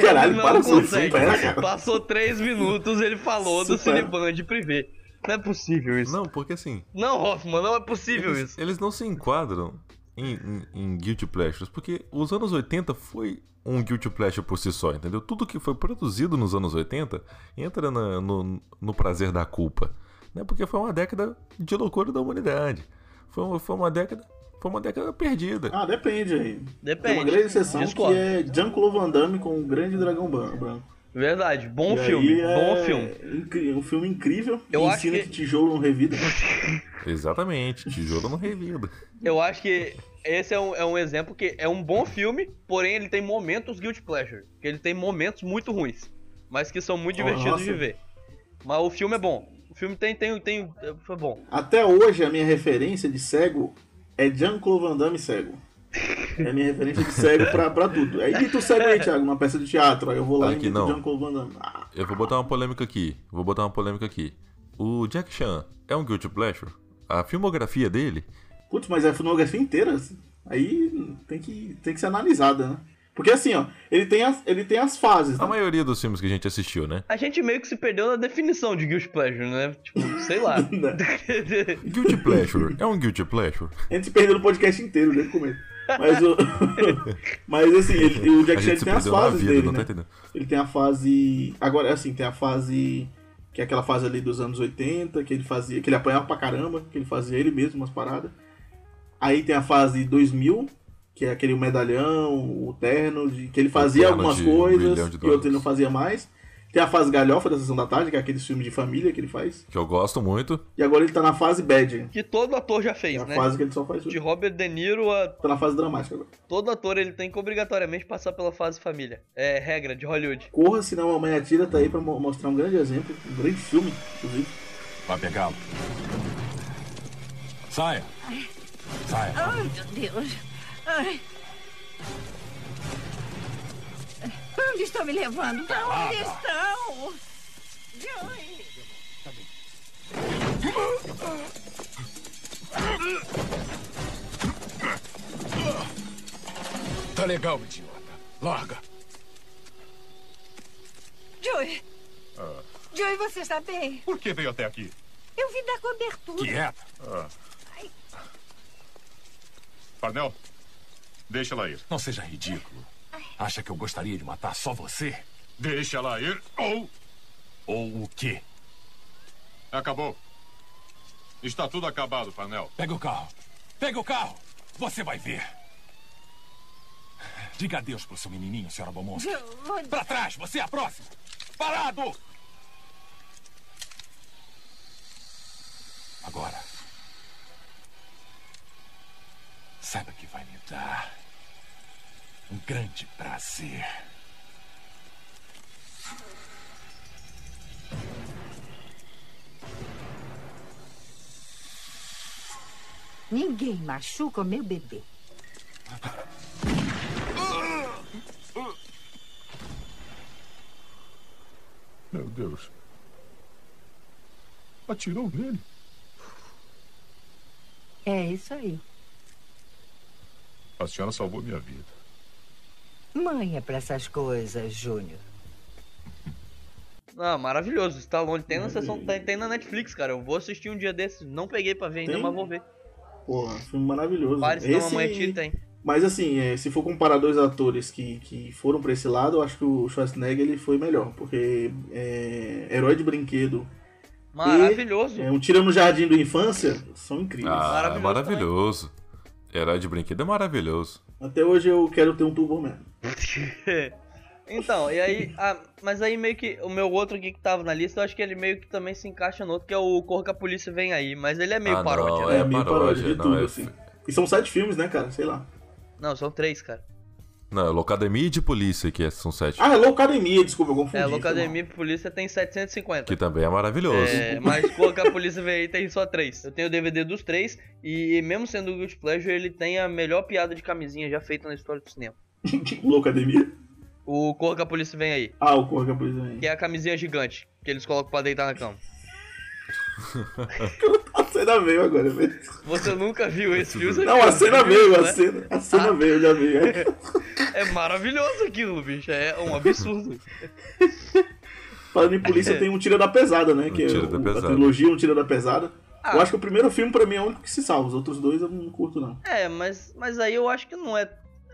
S2: Caralho, para
S3: Não
S2: com isso,
S3: consegue.
S2: supera, cara.
S3: Passou três minutos ele falou do
S2: Supera.
S3: Cineband privê. Não é possível isso.
S1: Não, porque assim,
S3: Não, Hoffman, não é possível
S1: eles,
S3: isso.
S1: eles não se enquadram em, em, em Guilty Pleasures, porque os anos 80 foi um Guilty Pleasure por si só, entendeu? Tudo que foi produzido nos anos 80 entra na- no, no prazer da culpa, né? Porque foi uma década de loucura da humanidade. Foi, uma- foi uma década... Foi uma década perdida.
S2: Ah, depende aí. Tem
S3: Depende.
S2: uma grande exceção
S3: Discordo.
S2: que é Jean-Claude Van Damme com o Grande Dragão Ban- Branco.
S3: Verdade, bom
S2: E aí
S3: Um filme,
S2: é
S3: bom filme.
S2: incri- Um filme incrível que
S3: Eu acho
S2: ensina
S3: que-
S2: que... tijolo não revida.
S1: Exatamente. Tijolo não revida.
S3: Eu acho que esse é um, é um exemplo que é um bom filme, porém ele tem momentos guilty pleasure. Que ele tem momentos muito ruins, mas que são muito divertidos de
S2: Ah, Nossa.
S3: ver. Mas o filme é bom. O filme tem, tem, tem, foi bom.
S2: Até hoje a minha referência de cego é Jean-Claude Van Damme cego. É a minha referência de cego pra, pra tudo. Aí que tu segue aí, Thiago, uma peça de teatro. Aí eu vou lá
S1: Claro
S2: e
S1: que
S2: imito
S1: não.
S2: Jean-Claude Van Damme. Ah,
S1: Eu vou botar uma polêmica aqui. Vou botar uma polêmica aqui. O Jack Chan é um Guilty Pleasure? A filmografia dele
S2: Putz, mas é a fonografia inteira? assim, Aí tem que, tem que ser analisada, né? Porque assim, ó, ele tem as, ele tem as fases.
S1: A
S2: Né?
S1: maioria dos filmes que a gente assistiu, né?
S3: A gente meio que se perdeu na definição de Guilty Pleasure, né? Tipo, sei lá.
S2: né?
S1: Guilty Pleasure. é um Guilty Pleasure.
S2: A gente se perdeu no podcast inteiro desde o começo. Mas, o, mas assim, ele- o
S1: a
S2: Jack Chan
S1: gente
S2: ele
S1: se
S2: tem as
S1: perdeu na
S2: fases
S1: vida,
S2: dele,
S1: não tá
S2: né?
S1: entendendo?
S2: Ele tem a fase. Agora, assim, tem a fase. Que é aquela fase ali dos anos 80, que ele fazia. Que ele apanhava pra caramba, que ele fazia ele mesmo umas paradas. Aí tem a fase 2000, que é aquele medalhão, o terno, de- que ele fazia
S1: terno
S2: algumas
S1: de um
S2: coisas
S1: milhão de
S2: e outro ele
S1: dólares.
S2: não fazia mais. Tem a fase galhofa da Sessão da Tarde, que é aqueles filmes de família que ele faz.
S1: Que eu gosto muito.
S2: E agora ele tá na fase bad,
S3: Que todo ator já
S2: que é
S3: fez,
S2: a
S3: né?
S2: fase que ele só faz.
S3: De Robert De Niro a
S2: Tá na fase dramática agora.
S3: todo ator ele tem que obrigatoriamente passar pela fase família. É regra de Hollywood.
S2: Corra, senão a mãe atira, tá aí pra mo- mostrar um grande exemplo, um grande filme, inclusive.
S5: Vai pegá-lo. Saia. Saia.
S8: Ai, meu Deus. Ai. Onde estão me levando? Pra onde estão? Ai.
S5: Tá legal, idiota. Larga.
S8: Joey. Joey, você está bem?
S5: Por que veio até aqui?
S8: Eu vim da cobertura.
S5: Quieta. Parnell, deixa ela ir. Não seja ridículo. Acha que eu gostaria de matar só você? Deixa ela ir ou... Ou o quê? Acabou. Está tudo acabado, Parnell. Pega o carro. Pega o carro. Você vai ver. Diga adeus pro seu menininho, senhora Beaumont.
S8: Joey,
S5: Pra trás, você é a próxima. Parado! Agora. Saiba que vai me dar um grande prazer.
S9: Ninguém machuca o meu bebê.
S10: Meu Deus. Atirou nele?
S9: É isso aí.
S10: A senhora salvou minha vida.
S9: Mãe é pra essas coisas, Júnior.
S3: Ah, maravilhoso. Stallone tem na sessão,
S2: Hum.
S3: tem, tem na Netflix, cara. Eu vou assistir um dia desses. Não peguei pra ver ainda,
S2: Tem?
S3: mas vou ver.
S2: Porra, Um filme maravilhoso.
S3: Pares de uma mãe tá tita, hein?
S2: Mas assim, é, se for comparar dois atores que, que foram pra esse lado, eu acho que o Schwarzenegger ele foi melhor, porque é, Herói de Brinquedo
S3: Maravilhoso.
S2: é, Um Tira no Jardim da Infância são incríveis.
S1: Ah,
S3: Maravilhoso
S1: maravilhoso. Herói de brinquedo é maravilhoso.
S2: Até hoje eu quero ter um Turbo Man. é.
S3: então, e aí. ah, mas aí meio que o meu outro aqui que tava na lista, eu acho que ele meio que também se encaixa no outro, que é o Corra que a Polícia Vem Aí. Mas ele é meio
S1: Ah,
S3: paródia,
S1: não,
S3: né?
S1: é
S2: meio
S1: paródia.
S2: de
S1: Não,
S2: tudo,
S1: é...
S2: assim. E são sete filmes, né, cara? Sei lá.
S3: Não, são três, cara.
S1: não, é Locademia de Polícia, que é- são sete.
S2: Ah, é Loucademia, desculpa, eu confundi.
S3: É,
S2: foi mal.
S3: Locademia e Polícia tem 750.
S1: Que também é maravilhoso.
S3: É, mas Corra que a Polícia Vem Aí tem só três. Eu tenho o DVD dos três, e mesmo sendo o Guilty Pleasure, ele tem a melhor piada de camisinha já feita na história do cinema.
S2: Loucademia?
S3: O Corra que a Polícia Vem Aí,
S2: Ah, o Corra Capuz aí.
S3: que é a camisinha gigante, que eles colocam pra deitar na cama.
S2: A cena veio agora, é velho.
S3: Você nunca viu esse filme? Você
S2: Não,
S3: viu,
S2: a cena
S3: você viu,
S2: veio, a
S3: né?
S2: cena, a cena veio, já veio.
S3: É maravilhoso aquilo, bicho. É um absurdo.
S2: Falando em polícia, tem um Tira da Pesada, né?
S1: Um
S2: que
S1: Tira
S2: é
S1: da
S2: o-
S1: Pesada.
S2: A trilogia Um Tira da Pesada.
S3: Ah.
S2: Eu acho que o primeiro filme, pra mim, é o único que se salva. Os outros dois eu não curto, não.
S3: É, mas, mas aí eu acho que não é.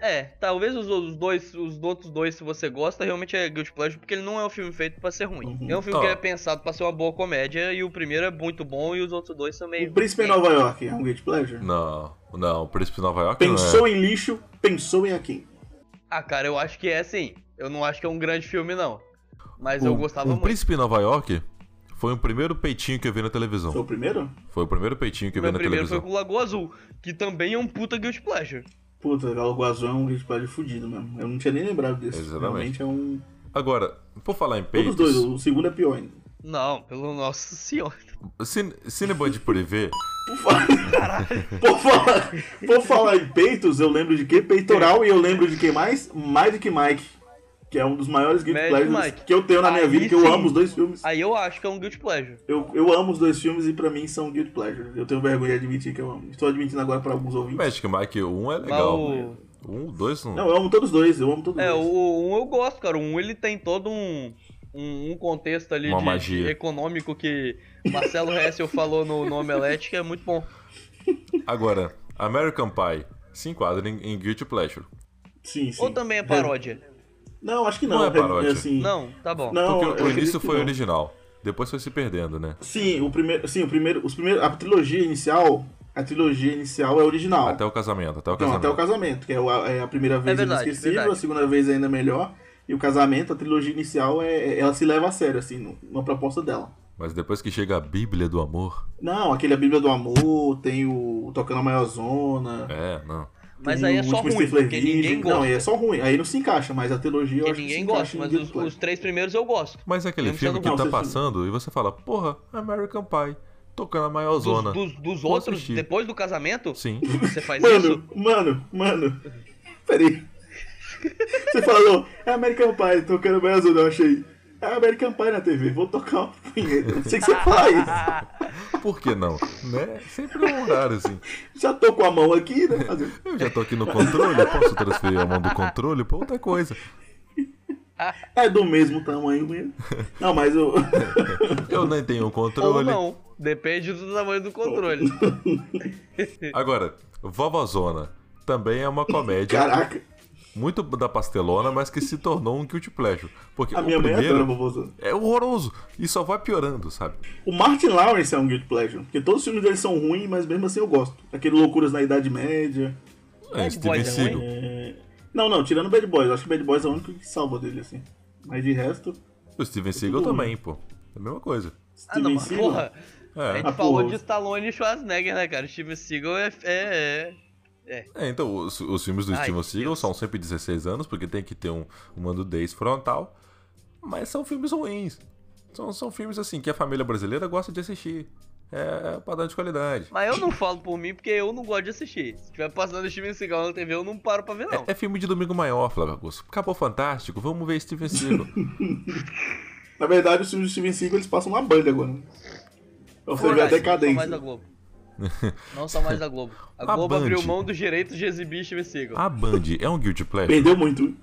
S3: É, talvez os outros dois, os outros dois, se você gosta, realmente é Guilty Pleasure, porque ele não é um filme feito pra ser ruim.
S2: Uhum.
S3: É um filme que
S1: Tá.
S3: é pensado pra ser uma boa comédia, e o primeiro é muito bom, e os outros dois são meio.
S2: O Príncipe em Nova York é um Gate Pleasure.
S1: Não, não, o Príncipe de Nova York não
S2: Pensou
S1: é.
S2: em lixo, pensou em aqui.
S3: Ah, cara, eu acho que é sim. Eu não acho que é um grande filme, não. Mas eu
S1: O-
S3: gostava
S1: o
S3: muito.
S1: Príncipe de Nova York foi o primeiro peitinho que eu vi na televisão.
S2: Foi o primeiro?
S1: Foi o primeiro peitinho que eu vi
S3: Meu
S1: na
S3: primeiro
S1: televisão.
S3: foi com o Lagoa Azul, que também é um puta Guilty Pleasure.
S2: Puta, o Azul é um Gate Pleasure fudido mesmo. Eu não tinha nem lembrado desse.
S1: Exatamente.
S2: Realmente é um.
S1: Agora, por falar em
S2: Todos os dois,
S1: peitos,
S2: o segundo é pior ainda.
S3: Não, pelo Nossa Senhora.
S1: Cine- Cineband Privé
S2: Por falar, por, falar, por falar em peitos, eu lembro de que? Peitoral e eu lembro de quem mais? Magic Mike. Que é um dos maiores Guilty
S3: Magic
S2: Pleasures
S3: Mike.
S2: que eu tenho na minha
S3: Aí
S2: vida, que eu
S3: sim.
S2: amo os dois filmes.
S3: Aí eu acho que é um Guilty Pleasure.
S2: Eu, eu amo os dois filmes e pra mim são Guilty Pleasure. Eu tenho vergonha de admitir que eu amo. Estou admitindo agora pra alguns ouvintes.
S1: Magic Mike 1 é
S3: Mas
S1: legal.
S3: o-
S1: Um, dois, não.
S2: Não, eu amo todos os dois, eu amo todos os
S3: É,
S2: dois.
S3: o 1 eu gosto, cara. O 1 ele tem todo um, um, um contexto ali
S1: Uma
S3: de-
S1: magia.
S3: de econômico que Marcelo Hessel falou no, no Omelete, que é muito bom.
S1: Agora, American Pie se enquadra em, em Guilty Pleasure.
S2: Sim, sim.
S3: Ou também é paródia?
S2: Não, acho que não.
S1: Não é paródia.
S2: assim-
S3: Não, tá bom.
S2: Não, eu
S1: Porque o
S2: acredito
S1: início
S2: que
S1: foi
S2: não.
S1: original. Depois foi se perdendo, né?
S2: Sim, o primeiro, sim, o primeiro, os primeiros, a trilogia inicial, a trilogia inicial é original.
S1: Até o casamento, até o
S2: Não,
S1: casamento.
S2: até o casamento, que é o- é a primeira vez
S3: verdade,
S2: inesquecível,
S3: verdade.
S2: a segunda vez é ainda melhor. E o casamento, a trilogia inicial, é, ela se leva a sério, assim, no- na proposta dela.
S1: Mas depois que chega a Bíblia do Amor.
S2: Não, aquele A Bíblia do Amor, tem o Tocando a Maior Zona.
S1: É, não.
S3: Mas
S2: tem
S3: aí
S2: o
S3: é só
S2: Último
S3: ruim,
S2: Stifler
S3: porque
S2: Virgem.
S3: ninguém gosta.
S2: Não, é só ruim, aí não se encaixa, mas a trilogia eu
S3: Porque
S2: acho que se
S3: ninguém
S2: encaixa
S3: gosta,
S2: em
S3: mas
S2: Guilty
S3: os,
S2: Pleasure.
S3: os três primeiros eu gosto.
S1: Mas é aquele
S3: Mesmo
S1: filme
S3: sendo
S1: que
S2: bom,
S1: tá
S2: sim, sim.
S1: passando e você fala, porra, American Pie, tocando a maior
S3: Dos,
S1: zona.
S3: dos- dos
S1: Vou
S3: outros,
S1: assistir.
S3: depois do casamento,
S1: Sim.
S3: você faz isso?
S2: Mano, mano, mano. Peraí. Você falou, é American Pie, tocando Maior Zona, eu achei. É American Pie na TV, vou tocar uma punheta. Eu Não sei que você fala isso.
S1: Por que não? Né? Sempre é um horário, assim.
S2: Já tô com a mão aqui, né? Fazer-
S1: Eu já tô aqui no controle, eu posso transferir a mão do controle pra outra coisa.
S2: É do mesmo tamanho mesmo. Não, mas eu.
S1: Eu nem tenho
S3: Ou
S1: controle.
S3: não. Depende do tamanho do controle.
S1: Agora, Vovozona também é uma comédia
S2: Caraca,
S1: muito da pastelona, mas que se tornou um guilty pleasure. Porque
S2: a
S1: o
S2: minha mãe é adora
S1: primeiro
S2: vovôzona.
S1: é horroroso e só vai piorando, sabe?
S2: O Martin Lawrence é um Guilty Pleasure, porque todos os filmes dele são ruins, mas mesmo assim eu gosto. Aquele Loucuras na Idade Média.
S1: É,
S3: Bad
S1: Steven
S3: Boys é
S1: Seagal.
S2: É... Não, não, tirando Bad Boys. eu Acho que Bad Boys é o único que salva dele, assim. Mas de resto.
S1: O Steven Seagal também, pô. É a mesma coisa.
S3: Ah, não, mas
S1: Steven Seagal?
S3: porra. A gente
S1: É.
S3: falou de Stallone e Schwarzenegger, né, cara? Steven Seagal é. é, é, é.
S1: É, então, os, os filmes do
S3: Ai,
S1: Steven Seagal são sempre 16 anos, porque tem que ter um, uma nudez frontal. Mas são filmes ruins. São, são filmes, assim, que a família brasileira gosta de assistir. É, é padrão de qualidade.
S3: Mas eu não falo por mim porque eu não gosto de assistir. Se tiver passando Steven Seagal na TV, eu não paro pra ver, não.
S1: É, é filme de domingo maior, Flávio Augusto. Acabou fantástico, vamos ver Steven Seagal.
S2: Na verdade, os filmes do Steven Seagal eles passam na Band agora. né? Pra você ver a
S3: Verdade, Não são
S2: decadência.
S3: mais a Globo. Não são mais a Globo. A,
S1: A
S3: Globo abriu
S1: Band.
S3: mão dos direitos de exibir Steven Seagal.
S1: a Band é um guilty pleasure?
S2: Perdeu muito.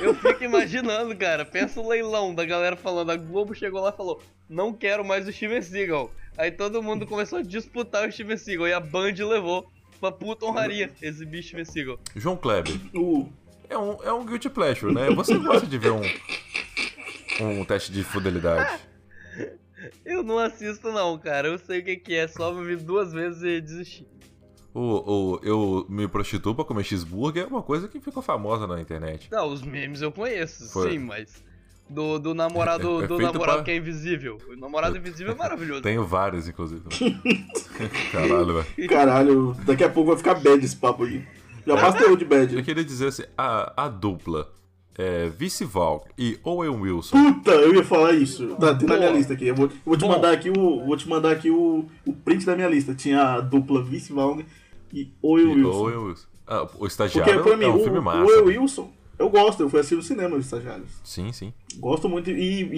S3: Eu fico imaginando, cara. Pensa o leilão da galera falando. A Globo chegou lá e falou: Não quero mais o Steven Seagal. Aí todo mundo começou a disputar o Steven Seagal. E a Band levou. Uma puta honraria exibir Steven Seagal.
S1: João Kleber,
S2: O...
S1: é um, é um guilty pleasure, né? Você gosta de ver um, um teste de fidelidade.
S3: Eu não assisto, não, cara. Eu sei o que, que é. Só vi duas vezes e desisti.
S1: O, o, eu me prostituo pra comer cheeseburger é uma coisa que ficou famosa na internet.
S3: Não, os memes eu conheço,
S1: Foi.
S3: sim, mas. Do, do namorado,
S1: É- é
S3: do
S1: feito
S3: namorado
S1: pra-
S3: que é invisível. O namorado invisível é maravilhoso.
S1: Tenho vários, inclusive. Caralho, velho.
S2: Caralho, daqui a pouco vai ficar bad esse papo aqui. Já basta eu de
S1: Eu
S2: bad.
S1: queria dizer assim, a, a dupla é, Vice Valk e Owen Wilson.
S2: Puta, eu ia falar isso. Tá, tem na minha
S3: Boa.
S2: lista aqui. Eu vou, eu vou te
S3: Bom.
S2: mandar aqui o. Vou te mandar aqui o, o print da minha lista. Tinha a dupla Vice Vaughn e Owen
S1: E
S2: Wilson.
S1: Owen Wilson. Ah, o
S2: Porque
S1: Estagiário
S2: pra mim,
S1: é um
S2: o,
S1: filme massa.
S2: o Owen
S1: velho.
S2: Wilson, eu gosto, eu fui assistir no cinema os estagiários.
S1: Sim, sim.
S2: Gosto muito. E,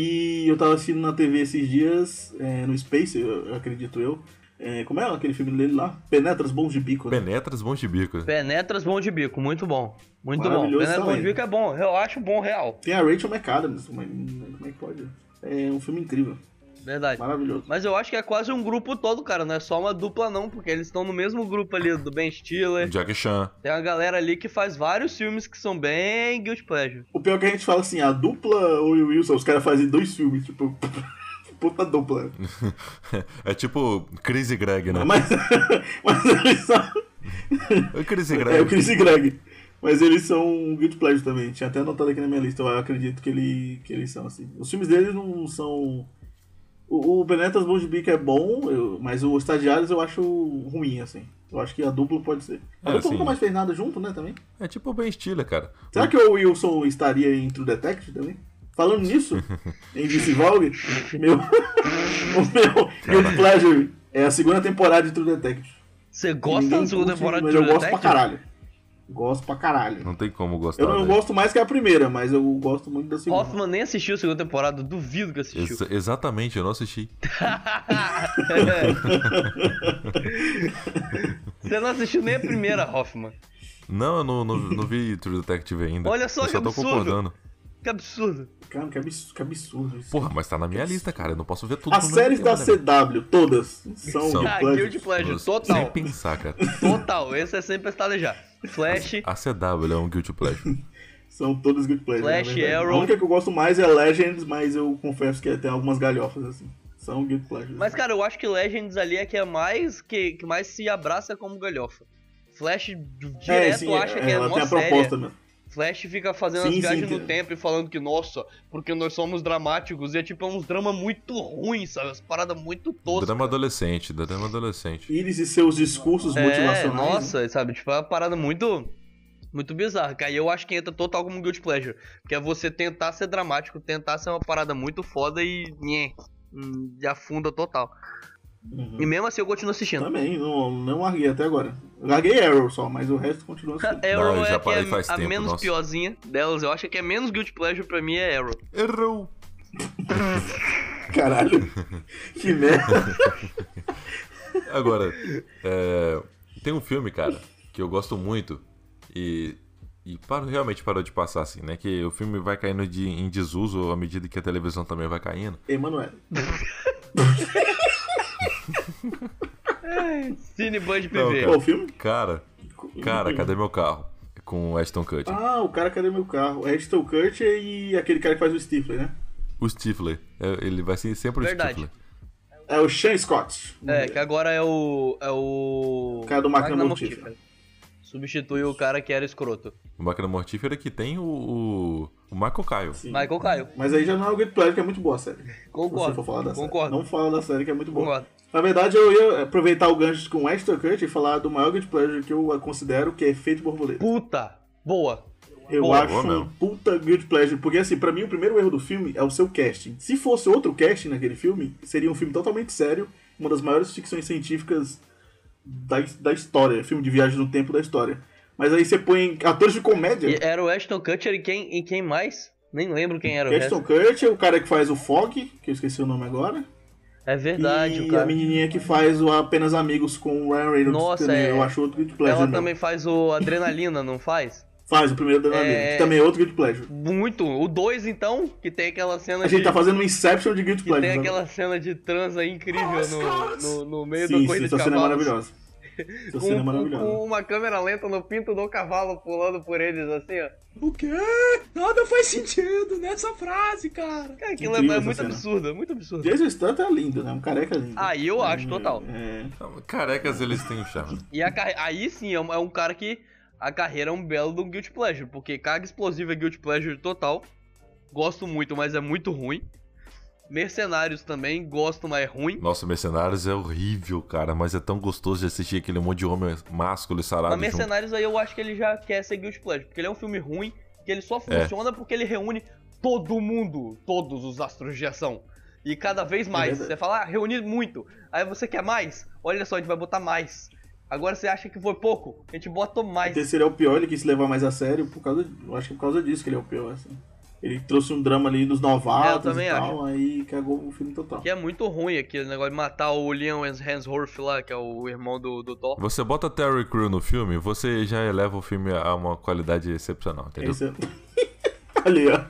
S2: e eu tava assistindo na TV esses dias, é, no Space, eu, eu acredito eu. É, como é aquele filme dele lá? Penetras Bons de Bico. né?
S1: Penetra os bons de bico.
S3: Penetras bom de bico, muito bom. Muito bom.
S2: Maravilhoso
S3: Penetras bom de
S2: também.
S3: bico é bom, eu acho bom real.
S2: Tem a Rachel McAdams, mas hum, como é que pode? É um filme incrível,
S3: Verdade.
S2: maravilhoso.
S3: Mas eu acho que é quase um grupo todo, cara. Não é só uma dupla, não, porque eles estão no mesmo grupo ali do Ben Stiller.
S1: Jack Chan.
S3: Tem uma galera ali que faz vários filmes que são bem Guilty Pleasure.
S2: O pior é que a gente fala assim, a dupla Owen Wilson, os caras fazem dois filmes, tipo, puta dupla.
S1: É tipo Chris e Greg, né?
S2: Mas, mas eles são...
S1: É Chris e
S2: É o
S1: Greg.
S2: Chris e Greg. Mas eles são um Guilty Pleasure também. Tinha até anotado aqui na minha lista. Eu acredito que, ele, que eles são assim. Os filmes deles não são. O, o Penetras Bons de Bico é bom, eu- mas o Estagiários eu acho ruim, assim. Eu acho que a dupla pode ser. A
S1: É,
S2: dupla
S1: sim.
S2: nunca mais fez nada junto, né, também?
S1: É tipo Ben Stiller, cara.
S2: Será que o Wilson estaria em True Detective também? Falando nisso, em Vice Valve, meu, o meu Guilty Pleasure é a segunda temporada de True Detective.
S3: Você
S2: Que
S3: gosta
S2: ninguém
S3: da segunda
S2: curte,
S3: temporada de
S2: mas eu
S3: True
S2: gosto pra
S3: Detective?
S2: caralho. Gosto pra caralho.
S1: Não tem como gostar.
S2: Eu não
S1: velho.
S2: gosto mais que a primeira, mas eu gosto muito da segunda.
S3: Hoffman nem assistiu a segunda temporada, duvido que assistiu.
S1: Ex- exatamente, eu não assisti.
S3: Você não assistiu nem a primeira, Hoffman.
S1: Não, eu não, não, não vi True Detective ainda.
S3: Olha só
S1: eu
S3: que
S1: só tô
S3: absurdo.
S1: concordando.
S3: Que absurdo.
S2: Cara, que absurdo, que absurdo isso.
S1: Porra, mas tá na minha lista, cara. Eu não posso ver tudo.
S2: As
S1: no mesmo
S2: séries
S1: tempo,
S2: da
S1: né, velho?
S2: CW, todas, são
S1: São.
S2: de
S1: Ah,
S3: Ah,
S2: pleasure.
S3: Guilty Pleasure,
S1: Sem
S3: total.
S1: pensar, cara.
S3: Total, esse é sempre pestanejar. Flash,
S1: A CW é um guilty pleasure.
S2: São todas good pleasure.
S3: Flash,
S2: na verdade.
S3: Arrow.
S2: A única que eu gosto mais é Legends, mas eu confesso que tem algumas galhofas assim. São good pleasure.
S3: Mas, cara, eu acho que Legends ali é que é mais que, que mais se abraça como galhofa. Flash d- direto
S2: sim,
S3: acha que é
S2: ela
S3: mó
S2: tem a
S3: séria.
S2: proposta né? mesmo.
S3: Flash fica fazendo
S2: Sim,
S3: as viagens
S2: sim,
S3: no
S2: tem-
S3: tempo e falando que, nossa, porque nós somos dramáticos. E é tipo, é uns drama muito ruim, sabe? As paradas muito toscas.
S1: drama adolescente, drama adolescente.
S2: Iris e seus discursos
S3: É,
S2: motivacionais. né?
S3: nossa, sabe? Tipo, é uma parada muito. Muito bizarra, que aí eu acho que entra total como Guilty Pleasure. Que é você tentar ser dramático, tentar ser uma parada muito foda e. nhé, hum, e afunda total. E mesmo assim eu continuo assistindo.
S2: Uhum. Também, não, não larguei até agora. Eu larguei Arrow só, mas o resto continua assim.
S1: Não,
S3: Arrow
S1: eu já
S3: é a que
S1: parei
S3: é
S1: faz
S3: a
S1: tempo,
S3: menos
S1: nossa.
S3: piorzinha delas. Eu acho que a menos Guilty Pleasure pra mim é Arrow.
S1: Errou!
S2: Caralho. que merda.
S1: Agora, é, tem um filme, cara, que eu gosto muito e, e paro, realmente parou de passar assim, né? Que o filme vai caindo de, em desuso à medida que a televisão também vai caindo.
S2: Emanuel.
S3: Cine Band
S1: cara.
S3: PV.
S2: Qual o filme?
S1: Cara, cara, cadê meu carro? Com o Ashton Kutcher.
S2: Ah, o cara cadê meu carro? É Ashton Kutcher e aquele cara que faz o Stifler, né?
S1: O Stifler. É, Ele vai ser sempre
S3: Verdade.
S1: o Stifler.
S2: É o Sean Scott.
S3: é, que agora é o. É o.
S2: O cara do Máquina
S3: Máquina
S2: Mortífera.
S3: Substitui o cara que era escroto.
S1: O Máquina Mortífera que tem o, o O Michael Caio.
S3: Michael Caio.
S2: Mas aí já não é o Great Pleasure, que é muito boa a série.
S3: Concordo,
S2: Se você for falar da série.
S3: concordo.
S2: Não fala da série, que é muito boa.
S3: Concordo.
S2: Na verdade, eu ia aproveitar o gancho com Extra Cut e falar do maior Great Pleasure que eu considero, que é Efeito Borboleta.
S3: Puta, boa.
S2: Eu
S3: Boa,
S2: acho
S1: boa
S2: um
S1: mesmo.
S2: puta Great Pleasure, porque assim, pra mim o primeiro erro do filme é o seu casting. Se fosse outro casting naquele filme, seria um filme totalmente sério, uma das maiores ficções científicas da, da história, filme de viagem no tempo da história. Mas aí você põe atores de comédia.
S3: E era o Ashton Kutcher e quem, e quem mais? Nem lembro quem era o
S2: Ashton
S3: resto.
S2: Kutcher, o cara que faz o Fog, que eu esqueci o nome agora.
S3: É verdade,
S2: e
S3: o cara.
S2: a menininha que faz o Apenas Amigos com o Ryan Reynolds
S3: Nossa,
S2: também.
S3: é.
S2: Eu acho outro Good Pleasure.
S3: Ela
S2: meu.
S3: também faz o Adrenalina, não faz?
S2: Faz o primeiro da
S3: É.
S2: é... Também é outro Good Pleasure.
S3: Muito. O 2, então, que tem aquela cena
S2: A gente
S3: de...
S2: tá fazendo um Inception de Good
S3: Que
S2: Pleasure.
S3: tem
S2: né?
S3: aquela cena de transa incrível no, no, no meio
S2: Sim,
S3: da corrida
S2: sim,
S3: de
S2: essa cena é
S3: cavalos.
S2: maravilhosa. Essa cena é
S3: Com- com,
S2: maravilhosa.
S3: com uma câmera lenta no pinto do cavalo pulando por eles, assim, ó.
S11: O quê? Nada faz sentido nessa frase, cara.
S3: né? Cara, aquilo é,
S2: Incrível
S3: é
S2: essa
S3: muito
S2: cena.
S3: absurdo, é muito absurdo.
S2: Jason Statham é lindo, né? Um careca lindo.
S3: Aí Ah, eu acho, total.
S2: É,
S1: Carecas eles têm o charme.
S3: E a carre- aí sim, é um, é um cara que a carreira é um belo do Guilty Pleasure, porque carga explosiva é Guilty Pleasure total. Gosto muito, mas é muito ruim. Mercenários também, gosto, mas é ruim.
S1: Nossa, Mercenários é horrível, cara, mas é tão gostoso de assistir aquele monte de homem másculo e
S3: Mas
S1: sarado junto.
S3: Mercenários aí eu acho que ele já quer ser Guilty Pleasure, porque ele é um filme ruim, que ele só funciona porque ele reúne todo mundo, todos os astros de ação. E cada vez mais.
S2: verdade.
S3: Você fala, ah, reunir muito. Aí você quer mais? Olha só, a gente vai botar mais. Agora você acha que foi pouco? A gente botou
S2: O
S3: mais.
S2: terceiro é o pior, ele quis se levar mais a sério por causa. Eu acho que por causa disso que ele é o pior, assim. Ele trouxe um drama ali dos
S3: É, eu
S2: novatos
S3: também
S2: e tal, aí cagou o filme total.
S3: Que é muito ruim aquele negócio de matar o Leon Hemsworth lá, que é o irmão do, do Thor.
S1: Você bota Terry Crew no filme, você já eleva o filme a uma qualidade excepcional, entendeu?
S2: Esse é... Ali, ó.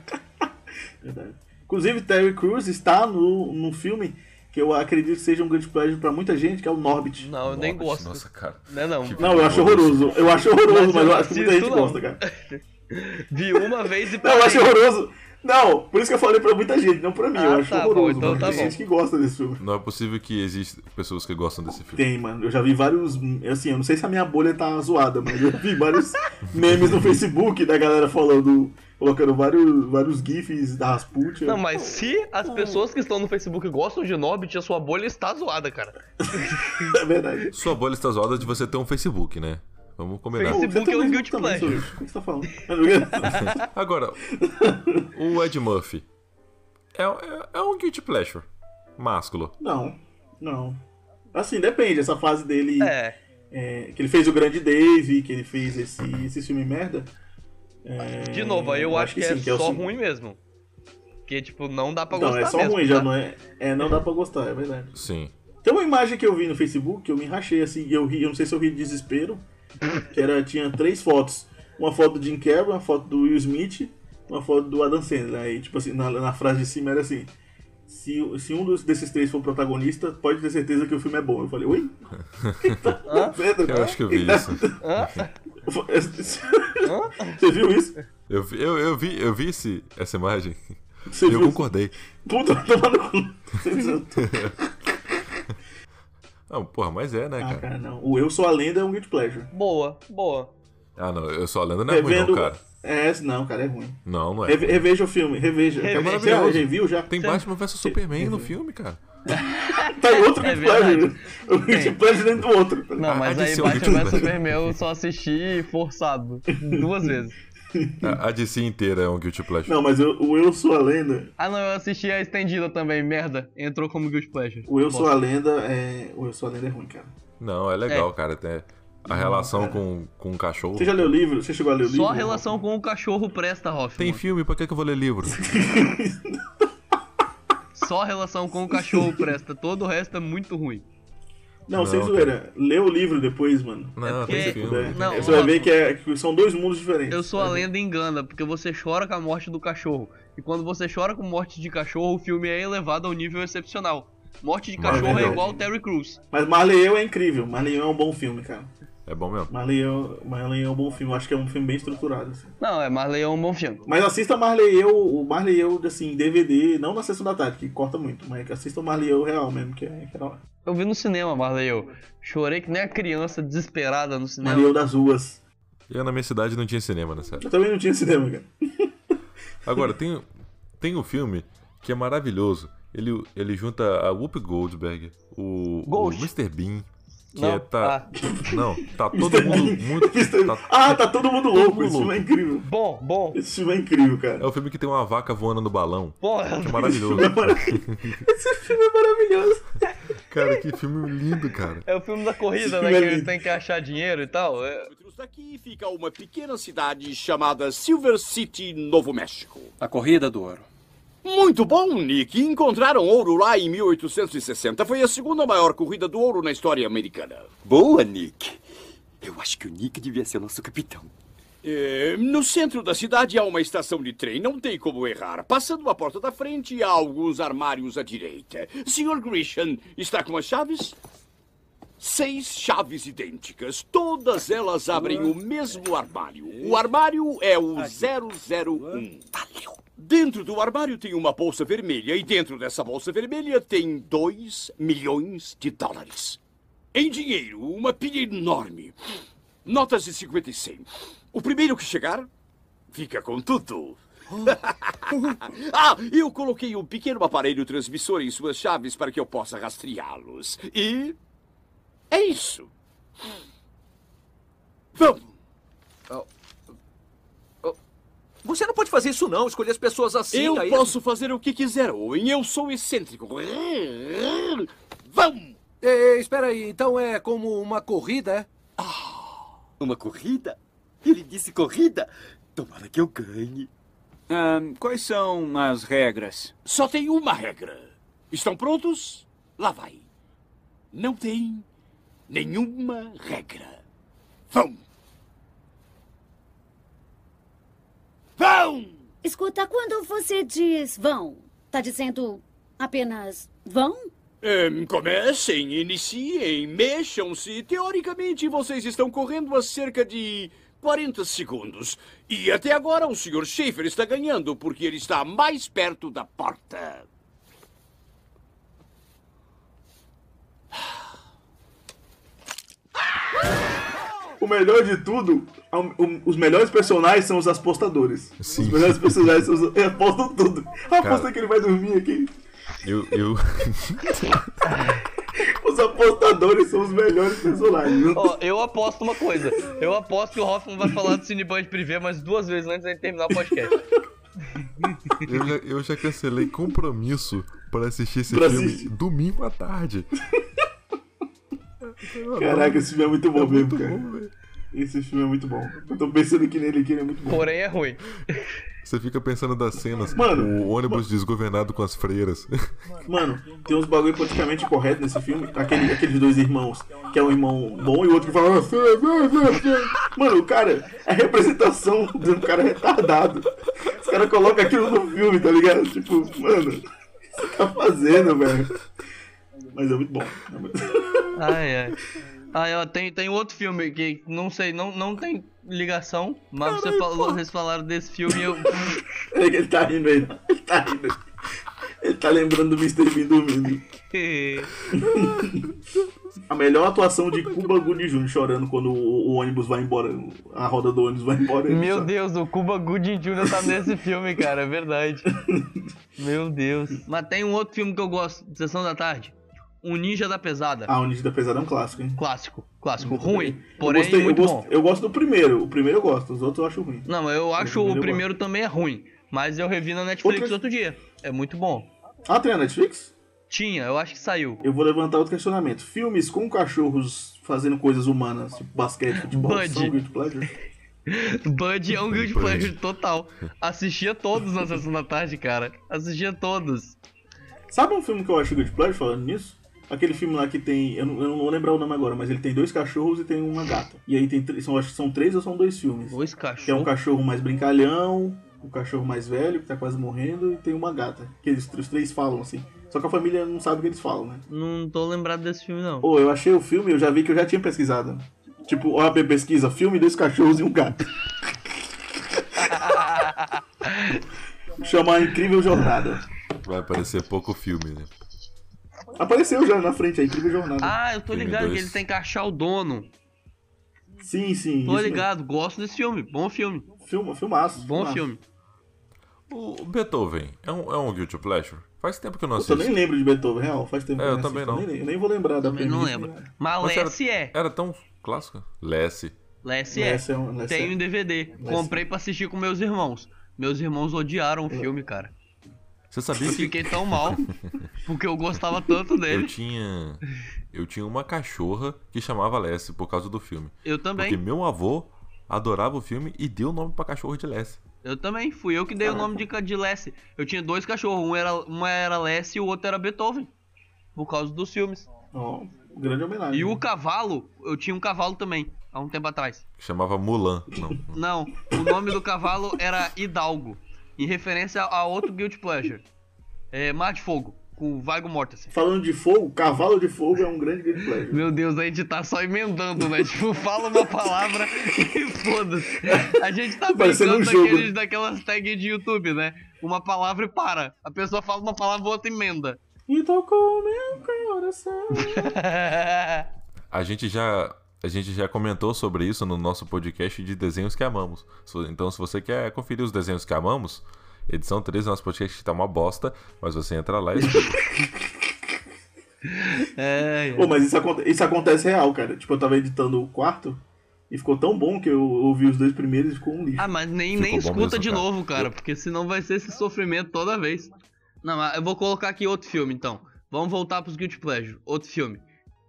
S2: Verdade. Inclusive, Terry Crews está no, num filme que eu acredito que seja um grande pleasure pra muita gente, que é o Norbit.
S3: Não, eu nem
S1: Norbit,
S3: gosto.
S1: Nossa, cara.
S3: Não é não.
S1: Que-
S2: Não, eu acho horroroso. Eu acho horroroso,
S3: Mas
S2: mas,
S3: eu
S2: eu acho que muita
S3: assisto,
S2: gente
S3: não.
S2: gosta, cara.
S3: Vi uma vez e
S2: Não, eu
S3: parei.
S2: acho horroroso. Não, por isso que eu falei pra muita gente, não pra mim.
S3: Ah,
S2: eu acho
S3: tá bom,
S2: horroroso.
S3: então
S2: mas
S3: tá
S2: tem
S3: bom.
S2: gente que gosta desse filme.
S1: Não é possível que existam pessoas que gostam desse filme.
S2: Tem, mano. Eu já vi vários. Assim, eu não sei se a minha bolha tá zoada, mas eu vi vários memes no Facebook da galera falando. Colocando vários, vários GIFs da Rasputia.
S3: Não, mas se as pessoas que estão no Facebook gostam de Nobbit, a sua bolha está zoada, cara.
S2: É verdade.
S1: Sua bolha está zoada de você ter um Facebook, né? Vamos combinar.
S3: Facebook.
S2: Você
S3: é um
S2: também-
S3: guilty
S2: também,
S3: pleasure.
S2: Sorriso. O que você tá falando? Eu
S1: Agora, o Ed Murphy é, é- é um guilty pleasure másculo.
S2: Não, não. Assim, depende. Essa fase dele.
S3: É.
S2: é, que ele fez o Grande Dave, que ele fez esse, esse filme merda. É,
S3: De novo, aí eu acho que é
S2: sim,
S3: só
S2: o-
S3: ruim mesmo. Que, tipo, não dá pra
S2: Não,
S3: gostar
S2: é só
S3: mesmo,
S2: ruim, já
S3: tá?
S2: não é. É, não dá pra gostar, é verdade.
S1: Sim.
S2: Tem uma imagem que eu vi no Facebook, que eu me rachei assim, e eu ri, eu não sei se eu ri de desespero, que era, tinha três fotos. Uma foto do Jim Carrey, uma foto do Will Smith, uma foto do Adam Sandler. Aí, tipo assim, na, na frase de cima era assim, se, se um dos- desses três for protagonista, pode ter certeza que o filme é bom. Eu falei, ui? O que tá acontecendo,
S1: Eu
S2: cara?
S1: acho que eu vi
S2: Tá-
S1: isso.
S2: Você viu isso?
S1: Eu, vi- eu, eu vi, eu vi esse, essa imagem
S2: Você
S1: e eu
S2: viu?
S1: concordei.
S2: Puta, tomar no cu.
S1: Não, porra, mas é, né,
S2: Ah,
S1: cara?
S2: cara, não. O Eu Sou a Lenda é um guilty pleasure.
S3: Boa, boa.
S1: Ah, não, eu só lendo não é ruim, não,
S2: Revendo-
S1: cara.
S2: É, não, cara, é ruim.
S1: Não, não é.
S2: Reve- reveja o filme, reveja.
S3: Reveja.
S2: É maravilhoso. Você reviu já?
S1: Tem Batman vs Superman no filme, cara.
S2: Tá em outro
S3: É
S2: Guilty Pleasure.
S3: verdade.
S2: O Guilty Pleasure dentro do outro.
S3: Não, mas
S1: Ah,
S3: aí
S1: esse é o
S3: Batman
S1: Guilty
S3: vs
S1: Pleasure.
S3: Superman eu só assisti forçado. Duas vezes.
S1: A, a DC inteira é um Guilty Pleasure.
S2: Não, mas eu- o Eu Sou a Lenda.
S3: Ah, não, eu assisti a estendida também, merda. Entrou como Guilty Pleasure.
S2: O Eu Sou
S3: Bosta.
S2: a Lenda é. O Eu Sou a Lenda é ruim, cara.
S1: Não, é legal, cara. Tem a relação com, com o cachorro.
S2: Você já leu o livro? Você chegou a ler o livro?
S3: Só a relação com o cachorro presta, Hoffman.
S1: Tem filme, pra que que eu vou ler livro?
S3: Só a relação com o cachorro presta. Todo o resto é muito ruim.
S2: Não, sem
S1: Não,
S2: zoeira. Lê o livro depois, mano.
S1: Não,
S3: porque-
S1: tem
S2: É.
S1: filme.
S3: Não,
S2: você vai
S3: ó,
S2: ver que, é- que são dois mundos diferentes.
S3: Eu sou a lenda engana, porque você chora com a morte do cachorro. E quando você chora com morte de cachorro, o filme é elevado a um nível excepcional. Morte de
S1: Mas
S3: cachorro é
S2: verdade.
S3: igual Terry Crews.
S2: Mas Marley Eu é incrível. Marley Eu é um bom filme, cara.
S1: É bom mesmo.
S2: Marley Eu, Marley Eu é um bom filme. Eu acho que é um filme bem estruturado. assim.
S3: Não, é Marley é um bom filme.
S2: Mas assista Marley Eu, o Marley Eu, assim, DVD, não na sessão da tarde, que corta muito, mas assista o Marley Eu real mesmo, que é que é da hora.
S3: Eu vi no cinema, Marley eu. Chorei que nem a criança desesperada no
S2: é
S3: cinema.
S2: Marley Eu das ruas.
S1: Eu na minha cidade não tinha cinema nessa época. Tá
S2: Eu também não tinha cinema, cara.
S1: Agora, tem, tem um filme que é maravilhoso. Ele, ele junta a Whoopi Goldberg, o, o
S3: Ghost.
S1: Mr. Bean, que
S3: Não,
S1: é, tá...
S3: ah.
S1: Não, tá todo mundo muito... tá-
S2: Ah, tá todo mundo louco.
S1: mundo
S2: Esse filme é
S1: louco.
S2: incrível.
S3: Bom, bom.
S2: Esse filme é incrível, cara.
S1: É o filme que tem uma vaca voando no balão.
S3: Porra.
S1: Que é maravilhoso.
S2: Esse filme é maravilhoso.
S1: Cara, que filme lindo, cara.
S3: É o filme da corrida,
S2: Esse
S3: né? Que
S2: filme é
S3: ele
S2: lindo.
S3: tem que achar dinheiro e tal. É,
S12: Daqui fica uma pequena cidade chamada Silver City, Novo México.
S13: A corrida do ouro.
S12: Muito bom, Nick. Encontraram ouro lá em 1860. Foi a segunda maior corrida do ouro na história americana.
S13: Boa, Nick. Eu acho que o Nick devia ser o nosso capitão.
S12: É, no centro da cidade há uma estação de trem, não tem como errar. Passando a porta da frente, há alguns armários à direita. Sr. Grisham, está com as chaves? Seis chaves idênticas. Todas elas abrem o mesmo armário. O armário é o 001. Valeu! Dentro do armário tem uma bolsa vermelha e dentro dessa bolsa vermelha tem dois milhões de dólares. Em dinheiro, uma pilha enorme. Notas de 50 e 100. O primeiro que chegar fica com tudo. ah, eu coloquei um pequeno aparelho transmissor em suas chaves para que eu possa rastreá-los. E. É isso. Vamos.
S14: Oh. Você não pode fazer isso, não. Escolher as pessoas assim.
S12: eu
S14: aí-
S12: posso fazer o que quiser, Owen. Eu sou excêntrico. Vamos!
S14: espera aí, então é como uma corrida, é?
S12: Ah.
S13: Uma corrida? Ele disse corrida? Tomara que eu ganhe.
S12: quais são as regras? Só tem uma regra. Estão prontos? Lá vai. Não tem nenhuma regra. Vão! Vão!
S15: Escuta, quando você diz vão, tá dizendo apenas vão?
S12: Em, Hum, comecem, iniciem, mexam-se. Teoricamente, vocês estão correndo a cerca de 40 segundos. E até agora o Sr. Schaefer está ganhando, porque ele está mais perto da porta.
S2: O melhor de tudo, a- o- os melhores personagens são os apostadores. Os melhores personagens são os, apostam tudo. Aposta
S1: Cara.
S2: que ele vai dormir aqui.
S1: Eu, eu...
S2: Os apostadores são os melhores personagens.
S3: Ó, eu aposto uma coisa. Eu aposto que o Hoffman vai falar do Cineband Privé mais duas vezes antes da gente terminar o podcast.
S1: Eu já, eu já cancelei compromisso pra assistir esse
S2: Pra
S1: filme
S2: assistir.
S1: domingo à tarde.
S2: Caraca, esse filme é muito
S1: É
S2: bom mesmo,
S1: muito
S2: cara.
S1: bom, velho.
S2: esse filme é muito bom. Eu tô pensando aqui nele aqui, ele é muito bom.
S3: Porém é ruim.
S1: Você fica pensando das cenas.
S2: Mano,
S1: o ônibus desgovernado com as freiras.
S2: Mano, tem uns bagulho politicamente correto nesse filme. Aquele, aqueles dois irmãos, que é um irmão bom e o outro que fala. "Ah, fé, fé, fé, fé." Mano, o cara, é a representação de um cara retardado. Os caras colocam aquilo no filme, tá ligado? Tipo, mano, o que você tá fazendo, velho? Mas é muito bom. É muito-
S3: Ai, ai. Ai, ó, tem, tem outro filme que não sei, não, não tem ligação, mas você falou- vocês falaram desse filme e eu.
S2: Ele tá rindo aí, ele tá rindo. Ele tá lembrando do Mr. Bean dormindo. A melhor atuação de Cuba Gooding Jr. chorando quando o, o ônibus vai embora, a roda do ônibus vai embora. ele
S3: Meu
S2: só-
S3: Deus, o Cuba Gooding Jr. tá nesse filme, cara, é verdade. Meu Deus. Mas tem um outro filme que eu gosto, Sessão da Tarde. O Ninja da Pesada.
S2: Ah, o Ninja da Pesada é um clássico, hein?
S3: Clássico, clássico. Ruim,
S2: Eu
S3: porém é
S2: gostei, eu
S3: muito
S2: gosto-
S3: bom.
S2: Eu gosto do primeiro, o primeiro eu gosto, os outros eu acho ruim.
S3: Não, mas eu acho o
S2: primeiro eu
S3: primeiro também é ruim. Mas eu revi na Netflix
S2: Outro-
S3: outro dia. É muito bom.
S2: Ah, tem a Netflix?
S3: Tinha, eu acho que saiu.
S2: Eu vou levantar outro questionamento. Filmes com cachorros fazendo coisas humanas, tipo basquete, futebol,
S3: Bud.
S2: são good pleasure?
S3: Bud é um guilty pleasure total. Assistia todos na sessão da tarde, cara. Assistia todos.
S2: Sabe um filme que eu acho good pleasure, falando nisso? Aquele filme lá que tem, eu não, eu não vou lembrar o nome agora, mas ele tem dois cachorros e tem uma gata. E aí tem, três- são, acho que são três ou são dois filmes.
S3: Dois
S2: Que é um
S3: cachorros.
S2: cachorro mais brincalhão, o cachorro mais velho, que tá quase morrendo, e tem uma gata. Que eles, os três falam assim. Só que a família não sabe o que eles falam, né?
S3: Não tô lembrado desse filme, não.
S2: Pô, eu achei o filme, eu já vi que eu já tinha pesquisado. Tipo, ó, a pesquisa, filme, dois cachorros e um gato. Chama a Incrível Jornada.
S1: Vai parecer pouco filme, né?
S2: Apareceu já na frente, a Incrível Jornada.
S3: Ah, eu tô
S1: Filme
S3: ligado que
S1: dois.
S3: ele tem que achar o dono.
S2: Sim, sim.
S3: Tô
S2: isso
S3: ligado, gosto desse filme. Bom filme.
S2: Filma, filmaço.
S3: Bom
S2: filmaço.
S3: filme.
S1: O Beethoven é um, é um Guilty Pleasure? Faz tempo que eu não
S2: Puta,
S1: assisto.
S2: eu nem lembro de Beethoven, real. Faz tempo
S1: É,
S2: que
S1: eu também
S2: assisto.
S1: não.
S2: Nem, nem vou lembrar da
S1: Também não
S2: premissa, né?
S1: lembro.
S2: nem nada.
S3: Mas
S1: Mas era-
S3: Lessie é.
S1: Era tão clássico. Lessie.
S3: Leste é.
S2: Leste é um- Leste
S3: Tem
S2: é.
S3: um DVD. Comprei pra assistir com meus irmãos. Meus irmãos odiaram o filme, cara.
S1: Você sabia
S3: eu
S1: que-
S3: fiquei tão mal porque eu gostava tanto
S1: Eu
S3: dele.
S1: tinha. Eu tinha uma cachorra que chamava Lessie por causa do filme.
S3: Eu também.
S1: Porque meu avô adorava o filme e deu o nome pra cachorra de Lessie.
S3: Eu também, fui eu que dei o nome de, ca- de Lessie. Eu tinha dois cachorros, um era, uma era Lessie e o outro era Beethoven. Por causa dos filmes.
S2: Ó, é um grande homenagem.
S3: um E o cavalo, eu tinha um cavalo também, há um tempo atrás.
S1: Que chamava Mulan. Não.
S3: Não, o nome do cavalo era Hidalgo, em referência a outro Guilty Pleasure. É, Mar de Fogo, com Vigo Mortensen.
S2: Falando de fogo, Cavalo de Fogo é um grande grande pleasure.
S3: Meu Deus, a gente tá só emendando, né? Tipo, fala uma palavra e foda-se. A gente tá
S2: Parecendo
S3: brincando
S2: um jogo.
S3: daqueles, daquelas tags de YouTube, né? Uma palavra e para. A pessoa fala uma palavra, outra emenda.
S2: E tocou meu coração.
S3: É,
S1: A gente já. A gente já comentou sobre isso no nosso podcast de desenhos que amamos. So- Então, se você quer conferir os desenhos que amamos, edição 13 do nosso podcast tá uma bosta, mas você entra lá e escuta.
S3: É,
S2: Pô, mas isso, aconte- isso acontece real, cara. Tipo, eu tava editando o quarto e ficou tão bom que eu ouvi os dois primeiros e ficou um lixo.
S3: Ah, mas nem, nem escuta de novo, cara, porque senão vai ser esse sofrimento toda vez. Não, mas eu vou colocar aqui outro filme, então. Vamos voltar pros Guilty Pleasure. Outro filme.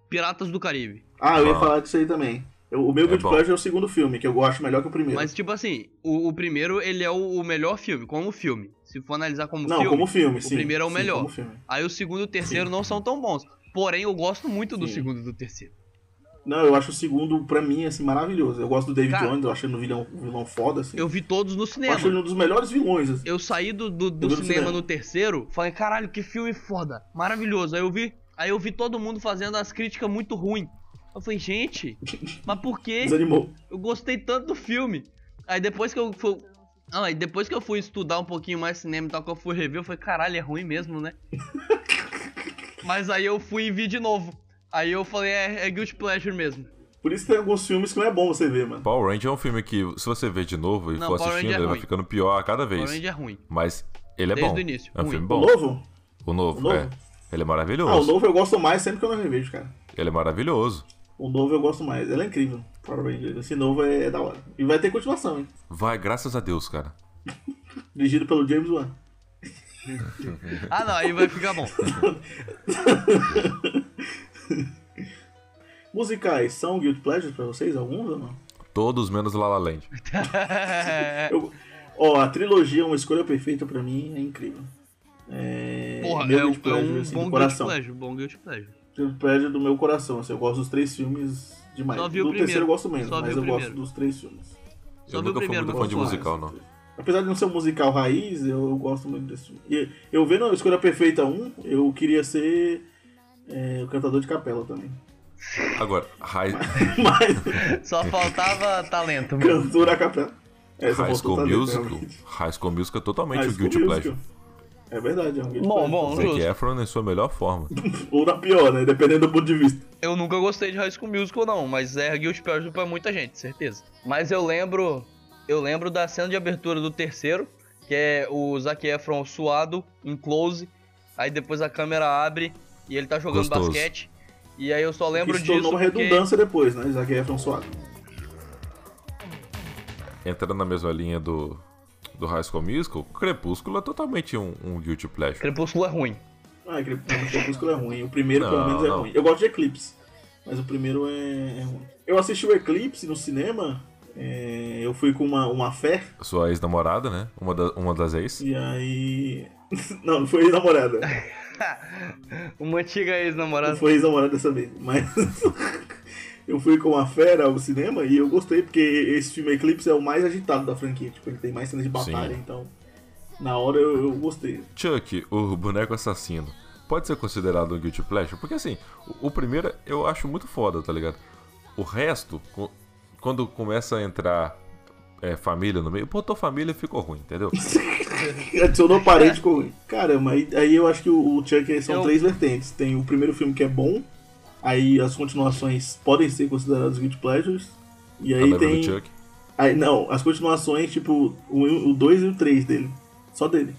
S3: Piratas do Caribe.
S2: Ah, eu ia
S3: Bom.
S2: falar disso aí também. Eu- o meu
S3: É
S2: Good
S3: bom.
S2: Pleasure é o segundo filme, que eu acho melhor que o primeiro.
S3: Mas, tipo assim, o, o primeiro, ele é o, o melhor filme, como filme. Se for analisar como
S2: Não,
S3: filme.
S2: como filme,
S3: O
S2: sim,
S3: primeiro é o
S2: sim,
S3: melhor.
S2: como filme.
S3: Aí o segundo e o terceiro não são tão bons. Porém, eu gosto muito do segundo e do terceiro.
S2: Não, eu acho o segundo, pra mim, assim, maravilhoso. Eu gosto do David
S3: Cara-
S2: Jones, eu acho ele um vilão, um vilão foda, assim.
S3: Eu vi todos no cinema.
S2: Eu acho ele um dos melhores vilões, assim.
S3: Eu saí do, do, do
S2: Eu vi no
S3: cinema,
S2: cinema.
S3: no terceiro, falei, caralho, que filme foda, maravilhoso. Aí eu vi, aí eu vi todo mundo fazendo as críticas muito ruim. Eu falei, gente, mas por quê?
S2: Desanimou.
S3: Eu gostei tanto do filme. Aí depois que eu fui. Ah, aí depois que eu fui estudar um pouquinho mais cinema e tal, que eu fui rever, eu falei, caralho, é ruim mesmo, né? mas aí eu fui e vi de novo. Aí eu falei, é, é Guilty Pleasure mesmo.
S2: Por isso tem alguns filmes que não é bom você ver, mano.
S1: Power Ranger é um filme que, se você ver de novo e
S3: Não,
S1: for
S3: Power
S1: assistindo,
S3: Ranger é
S1: ele vai
S3: ruim.
S1: ficando pior a cada vez.
S3: Power Ranger é ruim.
S1: Mas ele é
S3: Desde
S1: bom.
S3: o início,
S1: É um
S3: ruim.
S1: filme
S3: O
S1: bom.
S2: novo?
S1: O novo,
S2: O novo?
S1: é. Ele é maravilhoso.
S2: Ah, o novo eu gosto mais sempre que eu não revejo, cara.
S1: Ele é maravilhoso.
S2: O novo eu gosto mais. Ela é incrível. Power Ranger. Esse novo é, é da hora. E vai ter continuação, hein?
S1: Vai, graças a Deus, cara.
S2: Dirigido pelo James Wan.
S3: Ah não, aí vai ficar bom.
S2: Musicais são Guild Pleasures pra vocês? Alguns ou não?
S1: Todos menos La La Land.
S3: É.
S2: Eu- Ó, a trilogia é uma escolha perfeita pra mim, é incrível. É...
S3: Porra,
S2: meu
S3: é, um-
S2: Guilty
S3: é
S2: Pleasure,
S3: um
S2: assim,
S3: bom
S2: do
S3: Guilty
S2: coração.
S3: Pleasure, bom Guilty Pleasure.
S2: Guilty Pleasure do meu coração, assim, eu gosto dos três filmes demais.
S3: Só vi
S2: do
S3: o primeiro,
S2: terceiro eu gosto menos,
S3: só vi
S2: mas
S3: o
S2: eu gosto
S3: primeiro.
S2: dos três filmes.
S3: Só
S1: eu
S3: vi o
S1: nunca fui
S3: primeiro,
S1: muito
S3: mas
S1: fã de
S3: gosto
S1: musical, não.
S2: Apesar de não ser um musical raiz, eu, eu gosto muito desse filme. E eu vendo a Escolha Perfeita 1, eu queria ser é, o cantador de capela também.
S1: Agora, High,
S3: Só faltava talento.
S2: Cantor a capela. É, só
S1: High
S2: faltou
S1: School
S2: talento,
S1: Musical.
S2: realmente.
S1: High School Musical é totalmente
S2: High
S1: o
S2: School
S1: Guilty
S2: Musical.
S1: Pleasure.
S2: É verdade, é um Guilty
S3: Bom,
S2: Pleasure.
S3: bom,
S1: Zac
S3: justo.
S1: Efron em sua melhor forma.
S2: Ou na pior, né? Dependendo do ponto de vista.
S3: Eu nunca gostei de High School Musical, não, mas é Guilty Pleasure pra muita gente, certeza. Mas eu lembro. Eu lembro da cena de abertura do terceiro, que é o Zac Efron suado, em close, aí depois a câmera abre e ele tá jogando
S2: Gostoso.
S3: basquete. E aí eu só
S2: Que
S3: lembro
S2: se
S3: disso.
S2: tornou uma
S3: porque-
S2: redundância depois, né? Zac Efron suado.
S1: Entrando na mesma linha do, do High School Musical, Crepúsculo é totalmente um, um Guilty Pleasure.
S3: Crepúsculo é ruim.
S2: Ah, aquele- o Crepúsculo é ruim. O primeiro,
S1: Não,
S2: pelo menos, é
S1: não.
S2: ruim. Eu gosto de Eclipse, mas o primeiro é, é ruim. Eu assisti o Eclipse no cinema. é, eu fui com uma, uma fé.
S1: Sua ex-namorada, né? Uma, da- uma das ex.
S2: E aí. Não, não foi ex-namorada.
S3: Uma antiga ex-namorada.
S2: Não foi ex-namorada dessa vez. Mas. eu fui com uma fera ao cinema e eu gostei, porque esse filme Eclipse é o mais agitado da franquia. Tipo, ele tem mais cenas de batalha,
S1: Sim.
S2: então. Na hora eu, eu gostei.
S1: Chuck, o boneco assassino, pode ser considerado um Guilty Pleasure? Porque assim, o, o primeiro eu acho muito foda, tá ligado? O resto, co- quando começa a entrar é, família no meio, botou família e ficou ruim, entendeu?
S2: Adicionou parente com ruim. Caramba, aí, aí eu acho que o, o Chuck são
S1: Eu-
S2: três vertentes. Tem o primeiro filme que é bom, aí as continuações podem ser consideradas Guilty Pleasures. E
S1: Eu
S2: aí
S1: lembro
S2: tem.
S1: do Chuck.
S2: um, Aí, não, as continuações, tipo, o 2 e o 3 dele. Só dele.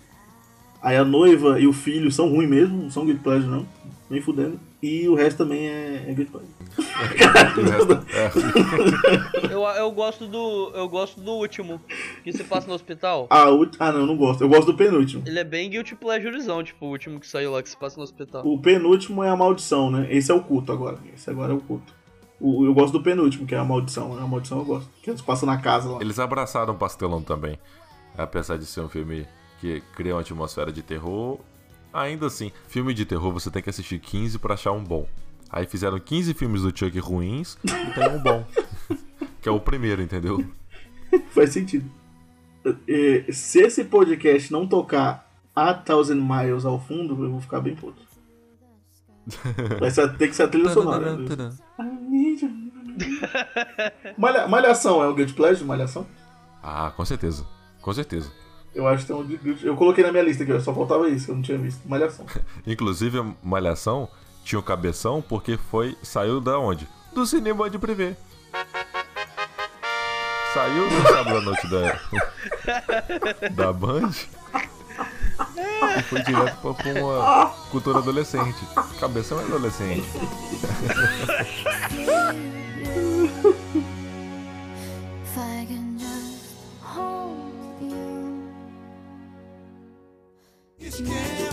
S2: Aí a noiva e o filho são ruins mesmo, não são Guilty Pleasure não, nem fudendo. E o resto também é, é Guilty Pleasure.
S1: é
S2: é
S3: Eu, eu gosto do. Eu gosto do último. Que se passa no hospital.
S2: ah, o, ah, não, não gosto. Eu gosto do penúltimo.
S3: Ele é bem guilty pleasurezão, tipo, o último que saiu lá que se passa no hospital.
S2: O penúltimo é a maldição, né? Esse é o culto agora. Esse agora é o culto. O, eu gosto do penúltimo, que é a maldição. A maldição eu gosto. Que eles passam na casa lá.
S1: Eles abraçaram o pastelão também. Apesar de ser um filme que cria uma atmosfera de terror, ainda assim, filme de terror você tem que assistir 15 pra achar um bom. Aí fizeram 15 filmes do Chuck ruins e tem um bom. que é o primeiro, entendeu?
S2: Faz sentido. Eh, Se esse podcast não tocar a Thousand Miles ao fundo, eu vou ficar bem puto. Vai ser- ter que ser a trilha sonora. né? Malha- malhação é o Guilty Pleasure? Malhação?
S1: Ah, com certeza. Com certeza.
S2: Eu acho que tem um. Guilty- Eu coloquei na minha lista aqui, ó, só faltava isso, eu não tinha visto. Malhação.
S1: Inclusive, a Malhação tinha o cabeção porque foi. saiu da onde? Do cinema de privê. Saiu do sábado à noite da. da Band. E foi direto pra pra uma cultura adolescente. Cabeção é adolescente.
S4: If I can just hold you.
S7: Esquenta